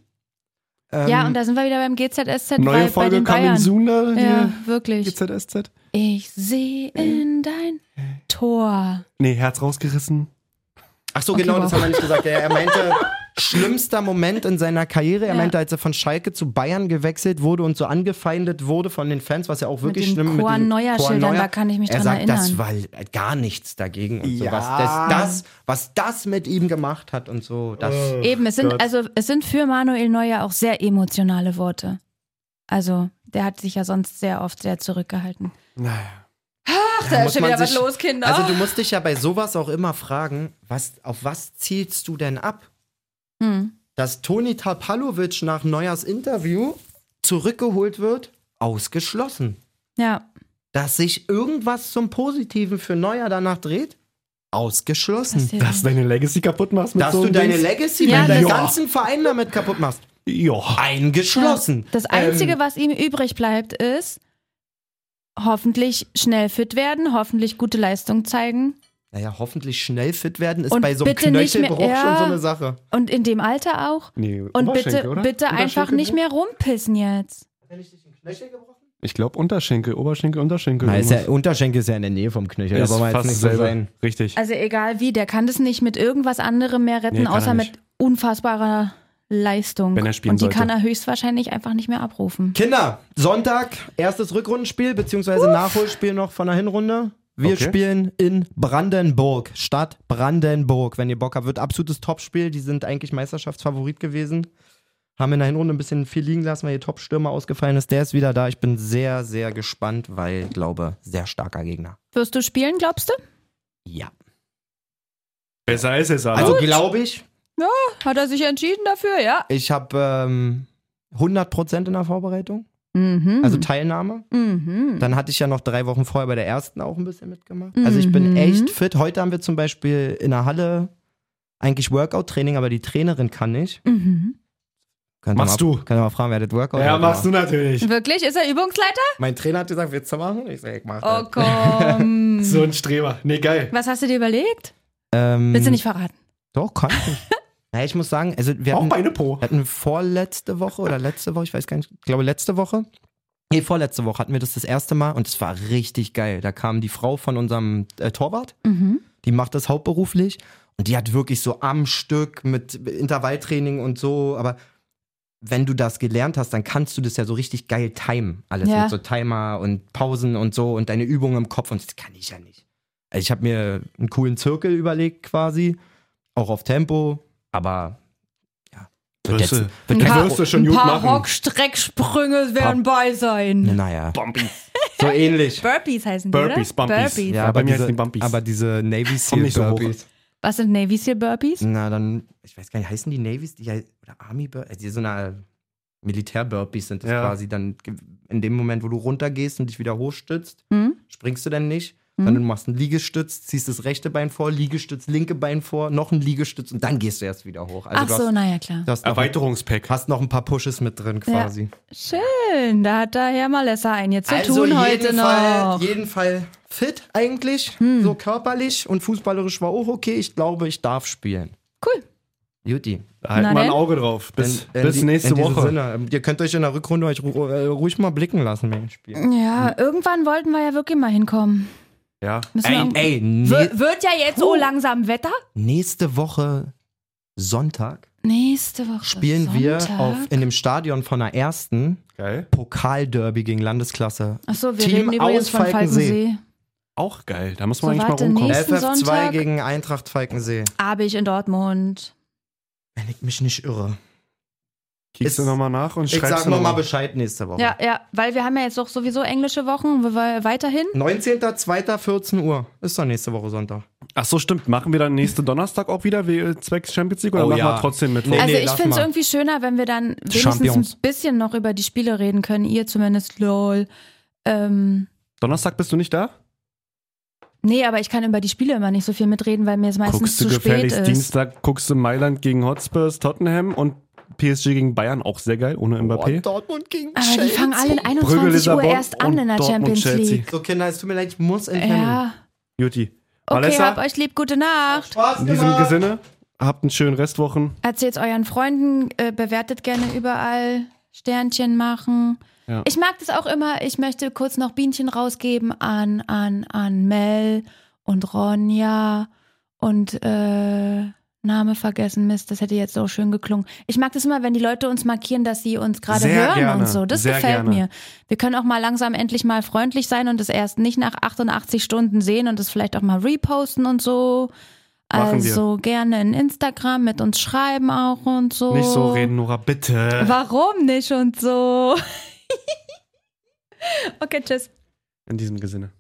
Ähm,
Ja, und da sind wir wieder beim GZSZ bei,
Neue
bei
Folge
den
coming
Bayern.
soon, da, die
ja, wirklich.
GZSZ.
Ich sehe
Äh.
in dein Tor.
Nee, Herz rausgerissen.
ach so,
Okay,
genau,
wow.
das haben wir nicht gesagt. Er,
*laughs*
er meinte, schlimmster Moment in seiner Karriere. Er
Ja.
meinte, als er von Schalke zu Bayern gewechselt wurde und so angefeindet wurde von den Fans, was ja auch wirklich
den
schlimm
Korn
diesen
Neuer
Korn
Schildern,
Neuer.
da kann ich mich
er
dran
sagt,
erinnern.
das war äh, gar nichts dagegen und
Ja.
so. Was das, das, was das mit ihm gemacht hat und so, das.
Eben, es sind,
Gott.
also, es sind für Manuel Neuer auch sehr emotionale Worte. Also, der hat sich ja sonst sehr oft sehr zurückgehalten.
Naja.
Ach, da
muss
ist schon
man
wieder was
sich-
los, Kinder.
Also du musst dich ja bei sowas auch immer fragen, was, auf was zielst du denn ab?
hm.
dass Toni Tapalovic nach Neuers Interview zurückgeholt wird, ausgeschlossen.
Ja,
Dass sich irgendwas zum Positiven für Neuer danach dreht, ausgeschlossen.
passiert.
Dass du deine Legacy kaputt machst mit
Dass
so
du
einem
deine
Dings?
Legacy
Ja,
mit deinem
das-
ganzen Verein damit kaputt machst.
Ja.
Eingeschlossen.
Das Einzige,
ähm,
was ihm übrig bleibt, ist hoffentlich schnell fit werden, hoffentlich gute Leistung zeigen
Naja, hoffentlich knöchel- schnell fit werden ist
Und
bei so einem
bitte nicht mehr-
Knöchelbruch schon
ja.
so eine Sache.
Und in dem Alter auch?
Nee,
Und
Oberschenkel,
bitte,
oder?
bitte einfach
Unterschenkel,
nicht mehr rumpissen jetzt.
Ich glaube Unterschenkel, Oberschenkel, Unterschenkel.
Na, ist
irgendwas.
ja, Unterschenkel ist ja in der Nähe vom Knöchel,
Ist
aber mal jetzt
fast
nicht so
selber.
sein.
Richtig.
Also egal wie, der kann das nicht mit irgendwas anderem mehr retten,
Nee, kann er
außer
nicht.
mit unfassbarer Leistung.
Wenn er spielen
Und die
sollte.
kann er höchstwahrscheinlich einfach nicht mehr abrufen.
Kinder, Sonntag, erstes Rückrundenspiel, beziehungsweise Nachholspiel noch von der Hinrunde. Wir
Okay.
spielen in Brandenburg, Stadt Brandenburg. Wenn ihr Bock habt, wird absolutes Topspiel. Die sind eigentlich Meisterschaftsfavorit gewesen. Haben in der Hinrunde ein bisschen viel liegen lassen, weil ihr Top-Stürmer ausgefallen ist. Der ist wieder da. Ich bin sehr, sehr gespannt, weil ich glaube, sehr starker Gegner.
Wirst du spielen, glaubst du?
Ja.
Besser ist es aber.
Also glaube ich,
Hat er sich entschieden dafür, ja?
ich habe ähm, 100% in der Vorbereitung,
Mhm.
also Teilnahme.
mhm.
Dann hatte ich ja noch drei Wochen vorher bei der ersten auch ein bisschen mitgemacht. Also ich bin
Mhm.
echt fit. Heute haben wir zum Beispiel in der Halle eigentlich Workout-Training, aber die Trainerin kann nicht.
mhm.
Könnt ihr
Machst
mal,
du.
Könnt ihr mal fragen, wer das Workout
ja,
heute
machst du
macht.
natürlich.
Wirklich? Ist er Übungsleiter?
Mein Trainer hat gesagt, willst du machen? Ich sag, ich mach
Oh
das.
komm.
*laughs* So ein Streber. Nee, geil.
Was hast du dir überlegt?
Ähm,
Hm.
Willst du nicht verraten?
Doch, kann *laughs* ich. naja, ich muss sagen, also wir
Auch
hatten, wir
meine Po.
hatten vorletzte Woche oder letzte Woche, ich weiß gar nicht, ich glaube letzte Woche. Nee, vorletzte Woche hatten wir das das erste Mal und es war richtig geil. Da kam die Frau von unserem äh, Torwart
Mhm.
Die macht das hauptberuflich und die hat wirklich so am Stück mit Intervalltraining und so, aber wenn du das gelernt hast, dann kannst du das ja so richtig geil timen. Alles
Ja.
mit so Timer und Pausen und so und deine Übungen im Kopf und das kann ich ja nicht. Also ich habe mir einen coolen Zirkel überlegt quasi, auch auf Tempo, aber ja. Wird
Wirst
jetzt,
du-
wird
Ein
kein
paar-
Pro-
Wirst du schon
Ein
gut
paar
machen.
Rockstrecksprünge werden bei sein.
Naja. *laughs* So ähnlich.
Burpees heißen die,
Burpees,
oder?
Bumpies.
Burpees.
Ja, bei mir heißen die Bumpies.
aber diese Navy Seal
Komm nicht so hoch.
Burpees.
Was sind Navy Seal Burpees?
Hm,
Na, dann, ich weiß gar nicht, heißen die Navies die, hei- oder Army Burpees? Also die so eine Militär-Burpees sind das
Ja.
quasi dann ge- in dem Moment, wo du runtergehst und dich wieder hochstützt,
Hm?
springst du dann nicht,
Mhm.
sondern du machst einen Liegestütz, ziehst das rechte Bein vor, Liegestütz, linke Bein vor, noch einen Liegestütz und dann gehst du erst wieder hoch. Also
Ach
du
so,
hast,
naja, klar.
du hast, noch,
Erweiterungspack.
hast noch ein paar Pushes mit drin quasi.
Schön, da hat der Herr Malessa einen jetzt zu tun
Also jeden
heute
Fall,
noch. Hm.
jeden Fall fit eigentlich, so körperlich und fußballerisch war auch okay. Ich glaube, ich darf spielen.
Cool.
Juti.
Da Halt
Na
mal ein
denn?
Auge drauf. Bis,
In- in
bis
die-
nächste
in diesem
Woche.
Sinne. Ähm, Ihr könnt euch in der Rückrunde euch ru äh, ruhig mal blicken lassen während dem Spiel.
Ja, irgendwann wollten wir ja wirklich mal hinkommen.
Ja.
Müssen wir irgend-
ey,
Wir- wird ja jetzt so langsam Wetter.
nächste Woche Sonntag
Nächste Woche.
spielen
Sonntag.
wir auf, in dem Stadion von der ersten
Geil.
Pokalderby gegen Landesklasse.
Achso, wir
Team
reden übrigens
aus
von
Falkensee.
Falkensee.
Auch geil. Da muss
So,
man eigentlich
warte,
mal rumkommen.
nächste- Nächsten
FF2
Sonntag?
gegen Eintracht Falkensee.
Abig in Dortmund.
Wenn ich mich nicht irre.
Kickst du
Ist-
nochmal nach und
Ich
schreibst
sag
du
nochmal
nochmal.
Bescheid nächste Woche.
Ja, ja, weil wir haben ja jetzt doch sowieso englische Wochen, wir wir weiterhin.
19.02.14 Uhr ist doch nächste Woche Sonntag.
Ach so, stimmt. Machen wir dann nächsten Donnerstag auch wieder wie, äh, zwecks Champions League oder
Oh
machen
ja.
wir trotzdem Mittwoch?
Nee,
also
nee,
ich
lass
finde es
mal.
irgendwie schöner, wenn wir dann wenigstens
Champions.
ein bisschen noch über die Spiele reden können. Ihr zumindest, lol. Ähm,
Donnerstag bist du nicht da?
nee, aber ich kann über die Spiele immer nicht so viel mitreden, weil mir es meistens
Guckst du
zu spät
gefälligst
ist.
Dienstag, guckst du Mailand gegen Hotspurs, Tottenham und PSG gegen Bayern, auch sehr geil, ohne Mbappé.
Dortmund gegen
aber die fangen alle in 21 Uhr
Lissabon
erst an
und
in der
Dortmund,
Champions
Chelsea.
League.
So Kinder, es tut mir leid, ich muss in den Termin.
Ja.
Juti.
Okay,
Malessa,
hab euch lieb, gute Nacht.
Spaß
in diesem
gemacht.
Gesinne, habt einen schönen Restwochen.
Erzählt's euren Freunden, äh, bewertet gerne überall, Sternchen machen.
Ja.
Ich mag das auch immer. Ich möchte kurz noch Bienchen rausgeben an, an, an Mel und Ronja und äh, Name vergessen, Mist, das hätte jetzt auch schön geklungen. Ich mag das immer, wenn die Leute uns markieren, dass sie uns gerade
Sehr
hören
gerne,
und so. Das
sehr
gefällt
gerne.
mir. Wir können auch mal langsam endlich mal freundlich sein und es erst nicht nach 88 Stunden sehen und es vielleicht auch mal reposten und so.
Machen wir.
also gerne in Instagram mit uns schreiben auch und so.
Nicht so reden, Nora, bitte.
Warum nicht und so? *laughs* okay, tschüss.
In diesem Gesinne.